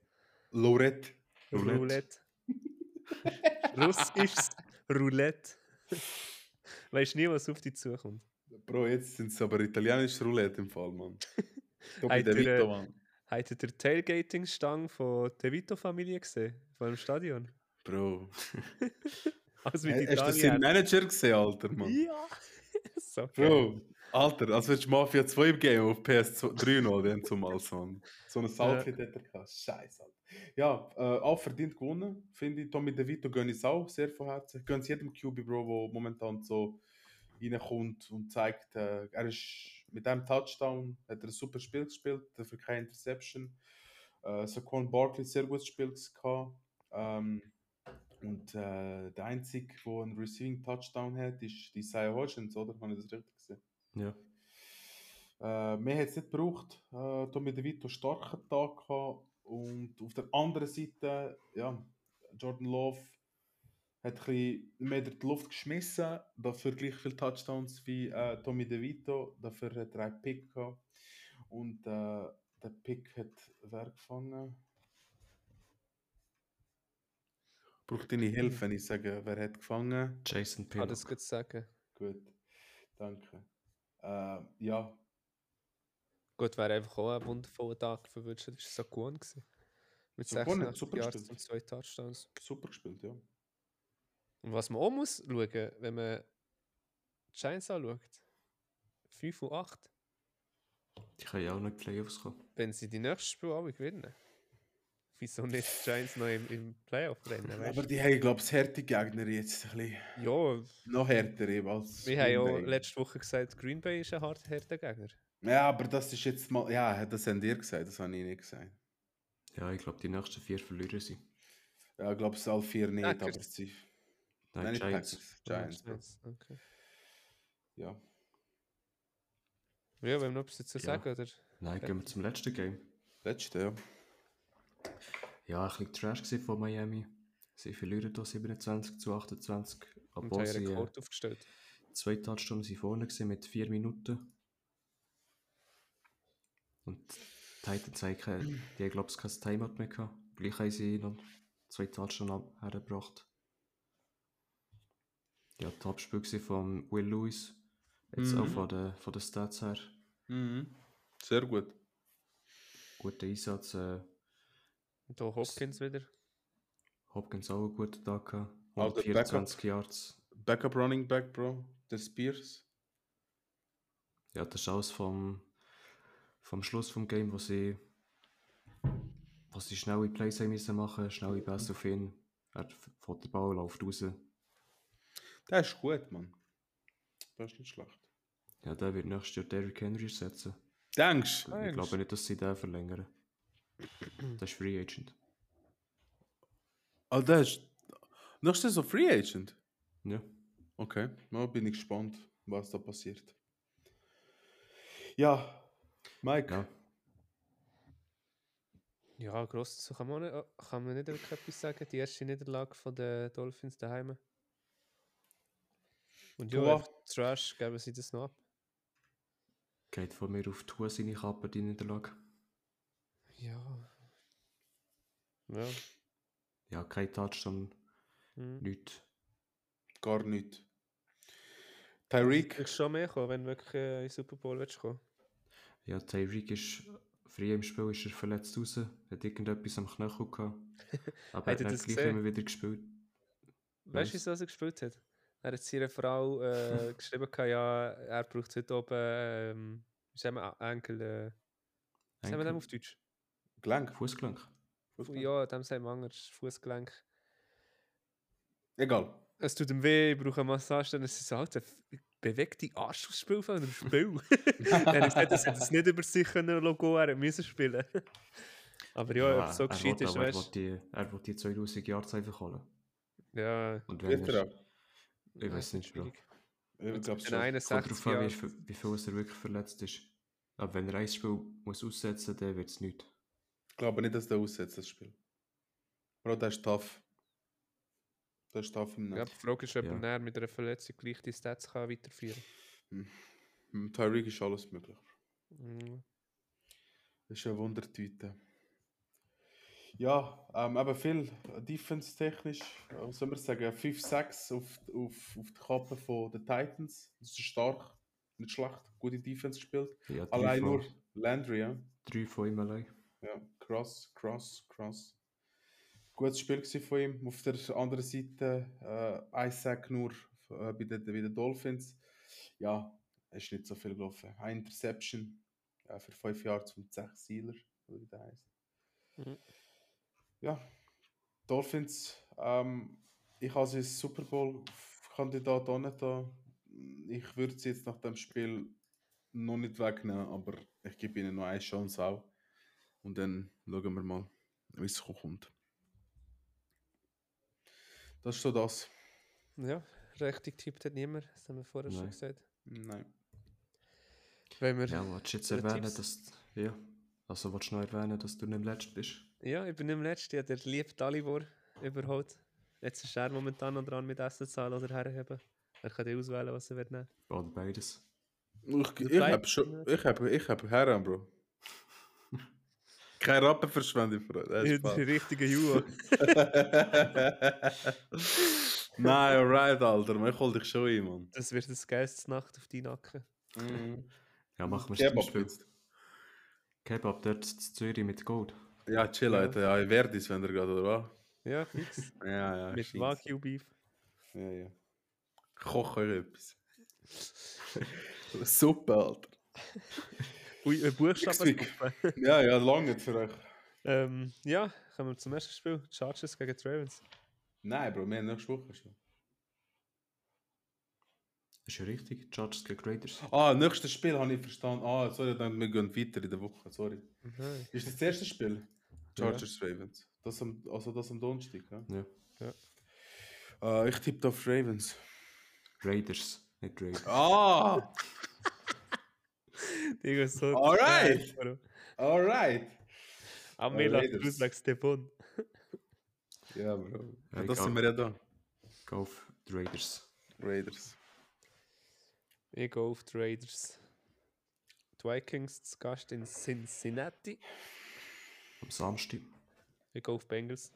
C: Lorette.
B: Roulette.
A: Roulette. Russisches Roulette. Weißt nie, was auf dich zukommt.
C: Bro, jetzt sind es aber italienisches Roulette im Fall, Mann. Tobi
A: Hat
C: De
A: der,
C: Vito,
A: äh,
C: Mann.
A: Habt ihr den Tailgating-Stang von der Vito-Familie gesehen? Von dem Stadion?
C: Bro.
A: Also mit
C: Äh, Hast du das seinen
A: Italien.
C: Manager gesehen, Alter, Mann?
A: Ja! so geil.
C: Bro. Alter, als würdest du Mafia 2 im Game auf PS3 noch, den zumal, Mann. So ein Outfit hätte er gehabt. Scheiße, Alter. Ja, äh, auch verdient gewonnen, finde ich. Tommy DeVito gönne ich es auch sehr von Herzen. Gönne es jedem QB, Bro, der momentan so reinkommt und zeigt, äh, er ist mit einem Touchdown, hat er ein super Spiel gespielt, dafür keine Interception. Äh, Saquon Barkley sehr gutes Spiel gehabt. Ähm, und äh, der einzige, der einen Receiving Touchdown hat, ist die Isaiah Hodgins, oder? Habe ich das richtig gesehen?
B: Ja,
C: Äh, mehr hat es nicht gebraucht. Äh, Tommy DeVito starken Tag gehabt. Und auf der anderen Seite, ja, Jordan Love hat ein bisschen mehr in die Luft geschmissen. Dafür gleich viele Touchdowns wie äh, Tommy DeVito. Dafür hat er einen Pick gehabt. Und äh, der Pick hat wer gefangen? Braucht deine Hilfe, wenn ich sage, wer hat gefangen?
B: Jason
A: Ich kann das
B: Pinnock.
A: gut sagen.
C: Gut, danke. Äh, ja,
A: Gut, wäre einfach auch ein wundervoller Tag für Würzburg. Das war so gut. Gewesen. Mit
C: Ja, gewonnen,
A: 86
C: super
A: Yards
C: gespielt.
A: und zwei Touchdowns.
C: Super gespielt, ja.
A: Und was man auch muss schauen, wenn man die Giants anschaut, 5 und 8,
B: Die können ja auch noch in die Playoffs kommen.
A: wenn sie die nächsten Spiele alle gewinnen. Wieso nicht die Giants noch im, im Playoff-Rennen? weißt
C: Aber die haben, glaube ich, härte Gegner jetzt. Ein bisschen
A: du? Ja,
C: noch härter eben als.
A: wir haben ja
C: Green Bay.
A: letzte Woche gesagt, Green Bay ist ein harter harter Gegner.
C: Ja, aber das ist jetzt mal. Ja, das haben ihr gesagt, das habe ich nicht gesagt.
B: Ja, ich glaube, die nächsten vier verlieren sie.
C: Ja, ich glaube, es sind alle vier nicht,
A: Packers.
C: aber sie.
B: Nein,
C: nicht
B: Giants.
C: Packers, Giants, bro.
A: Okay.
C: Ja.
A: Ja, wenn wir noch etwas dazu
B: Ja.
A: sagen, oder?
B: Nein, gehen wir zum letzten Game.
C: Letzte, ja.
B: Ja, ein bisschen Trash gewesen von Miami. Sie verlieren hier 27 zu 28,
A: Und haben
B: obwohl
A: einen
B: sie äh,
A: Rekord aufgestellt.
B: zwei Touchdowns sind vorne waren mit 4 Minuten. Und die Titans haben, keine- die haben glaube ich, kein Timeout mehr gehabt. Gleich haben sie noch zwei Touchdowns ab- hergebracht. Ja, Top-Spiel gewesen von Will Lewis. Jetzt auch
C: Mhm.
B: von den, von den Stats her.
C: Mhm. Sehr gut.
B: Guter Einsatz. Äh,
A: Und da Hopkins wieder.
B: Hopkins auch einen guten Tag gehabt.
C: Auch der Backup.
B: 124 Yards.
C: Backup Running Back, Bro. Der Spears.
B: Ja, das ist alles vom, vom Schluss vom Game, wo sie, wo sie schnelle Plays haben müssen machen, schnelle Pässe auf ihn. Er f- fährt den Ball, läuft raus.
C: Der ist gut, Mann. Der ist nicht schlecht.
B: Ja, der wird nächstes Jahr Derrick Henry ersetzen.
C: Denkst du?
B: Ich
A: Thanks.
B: glaube nicht, dass sie den verlängern. Das ist Free Agent.
C: Oh, der ist. Noch ist der so Free Agent?
B: Ja.
C: Okay, mal bin ich gespannt, was da passiert. Ja, Mike.
B: ja.
A: Ja, gross, dazu kann man, auch nicht, äh, kann man nicht wirklich etwas sagen. Die erste Niederlage von den Dolphins daheim. Und ja,
C: Tua.
A: einfach Trash, geben sie das noch ab.
B: Geht von mir auf Tour seine Kappe, die Niederlage.
A: Ja. Ja.
B: Ja, kein Touchdown,
A: Hm.
B: nichts.
C: Gar nicht. Tyreek.
A: Ich schon mehr kommen, wenn du wirklich äh, in den Super Bowl willst kommen.
B: Ja, Tyreek ist früh im Spiel ist er verletzt raus, hat irgendetwas am Knöchel gehabt. Aber er
A: Hat
B: hat
A: er
B: dann
A: das
B: gleich
A: gesehen?
B: immer wieder gespielt.
A: Weißt du,
B: Weiss.
A: wieso er gespielt hat? Er hat seiner Frau äh, geschrieben, gehabt, ja, er braucht heute oben, ähm, wie sagen wir, Enkel, äh, was sagen wir dem auf Deutsch?
C: Gelenk.
B: Fußgelenk.
A: Oh, Ja, dem sagen wir anders, Fußgelenk.
C: Egal.
A: Es tut ihm weh, ich brauche eine Massage. Dann ist es so, Alter, f- beweg die Arsch aufs Spiel von dem Spiel. er hat gesagt, er es nicht über sich können Logo er müssen spielen. Aber ja, ob es so
B: Ah, er
A: gescheit
B: will
A: ist,
B: aber, er
A: weißt
B: will die- Er will die 2000 Yards einfach holen.
A: du. Ja,
B: Und wenn
C: Wird er
B: er,
C: auch?
A: ja,
B: weiß
A: es wird
B: nicht, Bro.
A: schwierig.
C: Ich
A: Mit den
C: glaube schon.
B: kommt
A: 61
B: drauf an, wie,
A: Jahren.
B: viel- wie viel er wirklich verletzt ist. Aber wenn er ein Spiel muss aussetzen muss, dann wird es nichts.
C: Ich glaube nicht, dass der aussetzt, das Spiel. Bro, der ist tough. Der ist tough im
A: Ja,
C: Netz.
A: die Frage ist, ob
B: Genau. Ja.
A: er nachher mit einer Verletzung gleich die Stats kann weiterführen
C: Mit Tyreek ist alles möglich.
A: Mhm.
C: Das ist eine Wundertüte. Ja, ähm, eben viel defense-technisch. äh, Was soll man sagen? 5-6 auf, auf, auf die Kappe von den Titans. Das ist stark, nicht schlecht. Gute Defense gespielt.
B: Ja, drei
C: Allein
B: von-
C: nur Landry, ja.
B: Drei von ihm allein.
C: Ja, krass, krass, krass. Gutes Spiel gewesen von ihm. Auf der anderen Seite äh, Isaac nur äh, bei, den, bei den Dolphins. Ja, ist nicht so viel gelaufen. Eine Interception äh, für fünf Jahre zum 6 Sealer, wie der heißt.
A: Mhm.
C: Ja, Dolphins, ähm, ich habe sie als Super Bowl-Kandidat auch nicht da. Ich würde sie jetzt nach dem Spiel noch nicht wegnehmen, aber ich gebe ihnen noch eine Chance auch. Und dann schauen wir mal, wie es kommt. Das ist so das.
A: Ja, richtig tippt hat niemand, das haben wir vorher schon
B: Nein.
A: gesagt.
C: Nein.
A: Wenn wir,
B: Ja,
A: ja.
B: willst du jetzt
A: Oder
B: erwähnen,
A: Tipps?
B: dass. Ja. Also, willst du noch erwähnen, dass du nicht im Letzten bist?
A: ich bin nicht im Letzten, ja, der liebt Dalibor überhaupt. Jetzt ist er momentan noch dran mit Essen zahlen oder herheben. Er kann die auswählen, was er wird nehmen
B: Oder beides?
C: Ich, ich
A: Nein.
C: habe schon. Ich habe ich hab Herren, Bro. Kein Rappenverschwendung, Bro. Das ist
A: Die
C: Spaß.
A: richtige Juo.
C: Nein, alright, Alter. Man, Ich hol dich schon ein, Mann.
A: Das wird das geilste Nacht auf die Nacken.
C: Mhm.
B: Ja, machen wir
C: Kebab
B: Stimmspiel.
C: jetzt.
B: Kebab dort in Zürich mit Gold.
C: Ja, chill,
A: Ja.
C: Alter. Ja, ich werde es, wenn er geht, oder was?
A: Ja, fix.
C: Ja, ja.
A: Mit
C: scheisse.
A: Wagyu Beef.
C: Ja, ja. Koch euch etwas. Super, Alter.
A: Ui, äh, ein Buchstabensuppe.
C: Ja, ja, lange für euch.
A: ähm, ja, kommen wir zum ersten Spiel. Chargers gegen die Ravens.
C: Nein, Bro, wir haben nächste Woche schon.
B: Ist ja richtig, Chargers gegen Raiders.
C: Ah, nächstes Spiel habe ich verstanden. Ah, sorry, dann wir gehen weiter in der Woche. Sorry.
A: Nein.
C: Ist das das erste Spiel? Chargers Ravens. Das am, also das am Donnerstag, ja?
B: Ja.
C: Ah, ich tippe auf Ravens.
B: Raiders, nicht Raiders.
C: Ah!
A: Digga, so.
C: Alright.
A: Bro.
C: Alright!
A: Aber wir lassen
C: Äh, Raiders.
A: raus nach Stefan.
C: Ja, Bro.
B: Ja,
C: Ja, das
B: egal.
C: sind wir ja da.
B: Go auf die Raiders.
C: Raiders.
A: Ich gehe auf die Raiders. Die Vikings zu Gast in Cincinnati.
B: Am Samstag,
A: Ich gehe auf Bengals.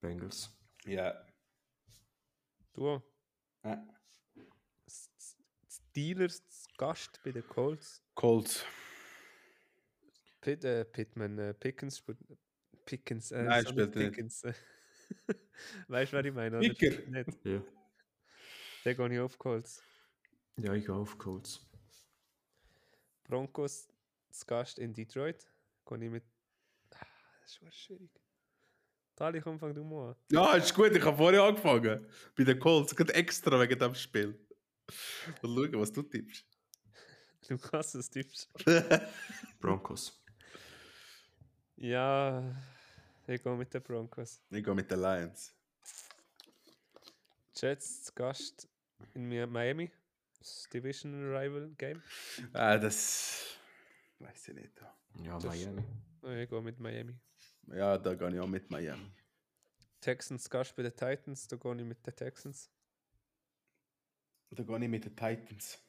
B: Bengals.
C: Ja.
A: Du? auch?
C: Äh,
A: S- S- Steelers zu Gast bei den Colts.
C: Colts.
A: Pitt, äh, Pittman, äh, Pickens spielt. Pickens, äh,
C: Nein,
A: sondern
C: spielt nicht.
A: Pickens. äh. weißt du, was ich meine? oder?
C: Picker.
A: Spielt Nicht.
B: Ja.
A: Den gehe ich auf Colts.
B: Ja, ich gehe auf Colts.
A: Broncos zu Gast in Detroit. Gehe ich mit. Ah, das ist schon schwierig. Tali, komm, fang du mal an.
C: Ja, ist gut, ich habe vorher angefangen. Bei den Colts, gerade extra wegen dem Spiel. Und schauen, was du tippst.
A: Du kannst es, Tipps.
B: Broncos.
A: Ja, ich gehe mit den Broncos.
C: Ich gehe mit den Lions.
A: Jets zu Gast in Mi- Miami. Das Division Rival Game.
C: Ah, das. Weiß ich nicht.
B: Ja,
A: Das-
B: Miami.
A: Oh, Ich gehe mit Miami.
C: Ja, da gehe ich auch mit Miami.
A: Texans zu Gast bei den Titans. Da gehe ich mit den Texans.
C: Da gehe ich mit den Titans.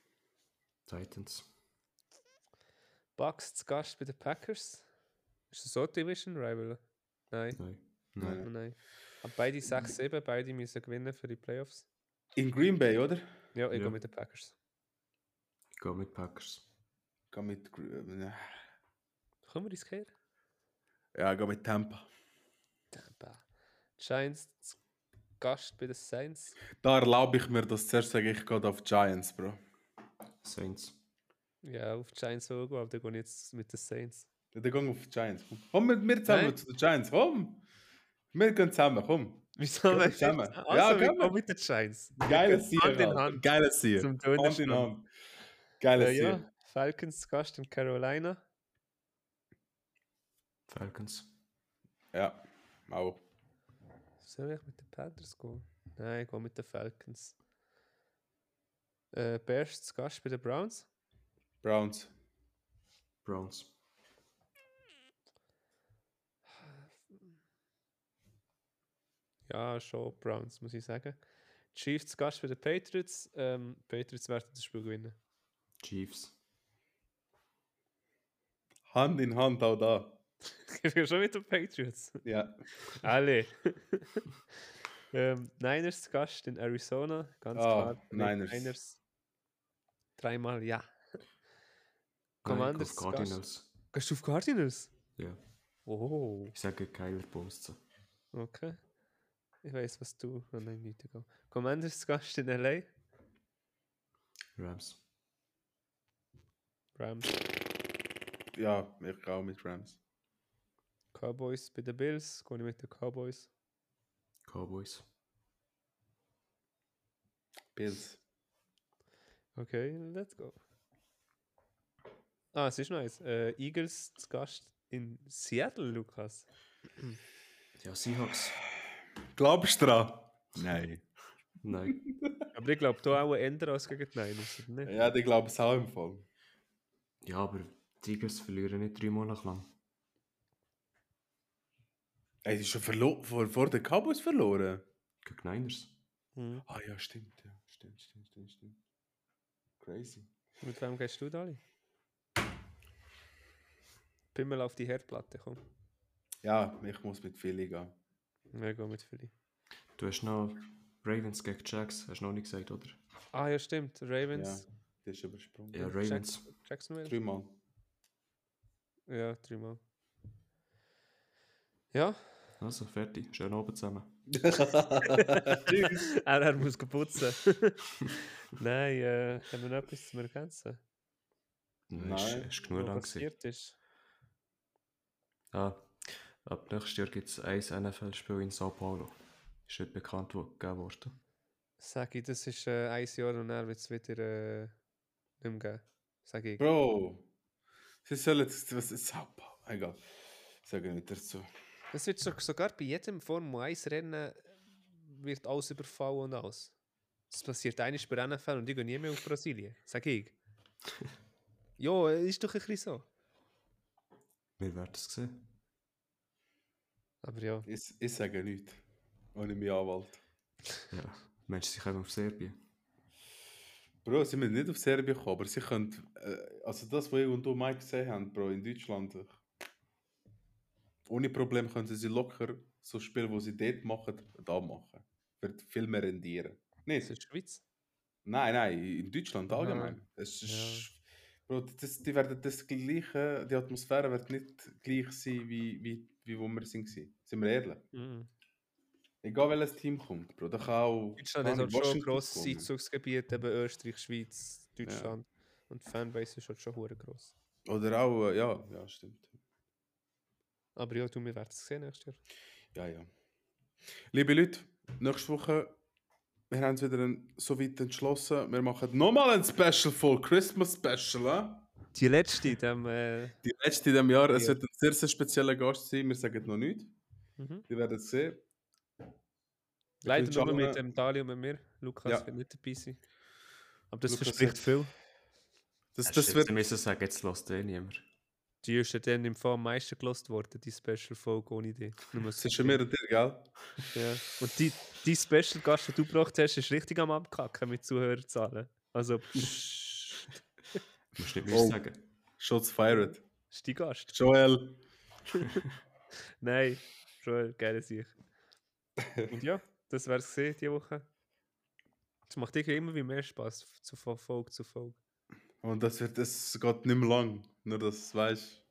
B: Titans.
A: Bucks zu Gast bei den Packers. Ist das auch Division Rival? Nein.
B: Nein.
A: Nein.
B: Nein.
A: Nein. Aber beide 6-7, beide müssen gewinnen für die Playoffs.
C: In Green Bay, oder?
A: Ja, ich
B: Ja.
A: gehe mit den Packers.
B: Ich gehe mit Packers.
C: Ich gehe mit. Gr- äh,
A: Können wir riskieren?
C: Ja, ich gehe mit Tampa.
A: Bah. Giants zu Gast bei den Saints.
C: Da erlaube ich mir, dass zuerst sage ich gehe auf Giants, Bro.
B: Saints.
A: Ja, auf die Giants will ich gehen, aber dann gehe ich jetzt mit den Saints.
C: Ja, dann geh auf die Giants. Komm, komm mit mir zusammen
A: Nein.
C: zu den Giants. Komm! Wir gehen zusammen, komm.
A: Wieso
C: Gehen wir
A: meinst du jetzt?
C: zusammen.
A: Also,
C: Ja,
A: wir
C: gehen wir.
A: gehen mit den Giants.
C: Geiles Sieg.
A: Hand in
C: Alter.
A: Hand.
C: Geiles Sieg.
A: Zum Tönen
C: Hand in
A: stehen.
C: Hand. Geiles
A: Äh,
C: Sieg.
A: ja, Falcons zu Gast in Carolina.
B: Falcons.
C: Ja. Auch.
A: Soll ich mit den Panthers gehen? Nein, ich gehe mit den Falcons. Äh, Bears zu Gast bei den Browns.
C: Browns.
B: Browns.
A: Ja, schon Browns, muss ich sagen. Chiefs zu Gast bei den Patriots. Ähm, Patriots werden das Spiel gewinnen.
B: Chiefs.
C: Hand in Hand auch da.
A: Ich bin schon mit den Patriots.
C: Ja.
A: Alle. ähm, Niners zu Gast in Arizona, ganz
C: Ah,
A: klar.
C: Niners.
A: Dreimal ja.
B: Nein, ich
A: Commanders
B: gehe
A: zu
B: auf
A: Gast.
B: Cardinals.
A: Gehst du auf Cardinals?
B: Ja.
A: Oh,
B: Ich sage Kyler Bonze.
A: okay. Ich weiß, was du. Oh nein, nicht egal. Commanders zu Gast in LA.
B: Rams.
A: Rams.
C: Ja, ich gehe auch mit Rams.
A: Cowboys bei den Bills. Gehe ich mit den Cowboys.
B: Cowboys.
C: Bills.
A: Okay, let's go. Ah, es ist nice. Äh, Eagles zu Gast in Seattle, Lukas.
B: Ja, Seahawks.
C: Glaubst du dran? Nein.
B: Nein.
A: Aber ich glaube, da auch ändern als gegen die Niners, oder nicht?
C: Ja, die glauben es auch im Fall.
B: Ja, aber die Eagles verlieren nicht drei Monate lang.
C: Ey, die ist schon verlo- vor, vor den Cowboys verloren.
B: Gegen Niners.
A: Mhm.
C: Ah ja, stimmt. Ja. Stimmt, stimmt, stimmt, stimmt. Crazy.
A: Mit wem gehst du, Dali? Pimmel auf die Herdplatte, komm.
C: Ja, ich muss mit Philly gehen.
A: Ja, geh mit Philly.
B: Du hast noch Ravens gegen Jacks. Hast du noch nicht gesagt, oder?
A: Ah, ja, stimmt. Ravens.
C: Das ist übersprungen.
B: Ja,
A: Jacks-
B: Ravens.
A: Jacksonville.
C: Dreimal.
A: Ja, dreimal. Ja,
B: Also, fertig. Schönen Abend zusammen.
A: er, er muss putzen. Nein, äh, haben wir noch etwas zu ergänzen?
B: Nein. Ist,
C: Nein.
B: ist genug
A: was
B: lang gewesen.
A: passiert ist?
B: Ah, ab nächstes Jahr gibt es ein NFL-Spiel in Sao Paulo. Ist heute bekannt wo- gegeben worden.
A: Sag ich, das ist äh, ein Jahr und dann wird es wieder äh, nicht mehr geben. Sag ich.
C: Bro, sie sollen das, was ist Sao Paulo? Egal, sage nicht dazu.
A: Es wird so, sogar bei jedem Formel 1 Rennen wird alles überfallen und alles. Das passiert eines bei NFL und ich gehe nie mehr auf Brasilien. Sag ich. ja, ist doch ein bisschen so.
B: Wir werden es sehen.
A: Aber ja,
C: Ich, ich sage nichts. Ohne meinen Anwalt.
B: Ja. Menschen, sie kommen auf Serbien.
C: Bro, sie müssen nicht auf Serbien kommen, aber sie können. Äh, also, das, was ich und du Mike gesehen haben, Bro, in Deutschland. äh, Ohne Problem können sie locker so Spiele, die sie dort machen, da machen. Wird viel mehr rendieren. Nicht?
A: es ist die Schweiz.
C: Nein, nein, in Deutschland
A: Aha.
C: allgemein. Es ist, Bro, das, die werden das gleiche, die Atmosphäre wird nicht gleich sein, wie, wie, wie wo wir sind. gewesen. Sind wir ehrlich?
A: Mhm.
C: Egal welches Team kommt, Bro, da kann auch.
A: Deutschland hat
C: keine Ahnung,
A: halt schon
C: Washington
A: grosses
C: kommen.
A: Einzugsgebiet, eben Österreich, Schweiz, Deutschland. Und die Fanbase ist halt schon hure gross.
C: Oder auch, äh, ja, ja, stimmt.
A: Aber ja, du, wir werden es sehen nächstes Jahr.
C: Ja, ja. Liebe Leute, nächste Woche, wir haben uns wieder ein, so weit entschlossen, wir machen nochmal ein Special voll, Christmas Special, eh?
A: Die letzte, dem. Äh,
C: Die letzte in diesem Jahr, es
A: Ja.
C: wird ein sehr, sehr spezieller Gast sein, wir sagen noch nichts,
A: mhm.
C: wir werden es sehen. wünsche
A: Leider nur
C: allen-
A: mit dem Dali und mit mir. Lukas
C: Ja.
A: wird nicht dabei sein. Aber das
C: Lukas
A: verspricht
C: hat-
A: viel.
C: Das,
B: Hast
C: das
B: jetzt-
C: wird
B: Wir müssen sagen, jetzt lässt eh niemand.
A: Die ist ja dann im Fall am meisten gelost worden, die Special-Folge ohne dich. Nur so
C: zwischen mir und dir, gell?
A: Ja. Und die, die Special-Gast, die du gebracht hast, ist richtig am Abkacken mit Zuhörerzahlen. Also, psch,
B: Musst nicht mehr
C: Oh.
B: sagen.
C: Shots fired.
A: ist die Gast.
C: Joel.
A: Nein, schon gerne sich. Und ja, das wär's gesehen diese Woche. Es macht irgendwie immer wie mehr Spaß zu von Folge zu Folge.
C: Und das wird, es geht nicht mehr lang. Nur, dass du weißt.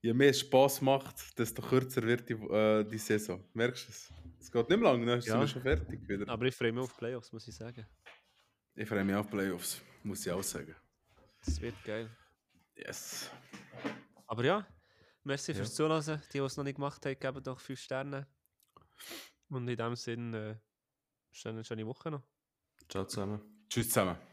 C: Je mehr Spaß macht, desto kürzer wird die, äh, die Saison. Merkst du es? Es geht nicht mehr lang, dann sind
A: Ja.
C: wir schon fertig wieder.
A: Aber ich freue mich auf Playoffs, muss ich sagen.
C: Ich freue mich auf Playoffs, muss ich auch sagen.
A: Das wird geil.
C: Yes.
A: Aber ja, merci fürs Zuhören. Die, die es noch nicht gemacht haben, geben doch 5 Sterne. Und in dem Sinne, äh, schöne, schöne Woche noch.
B: Ciao zusammen.
C: Tschüss zusammen.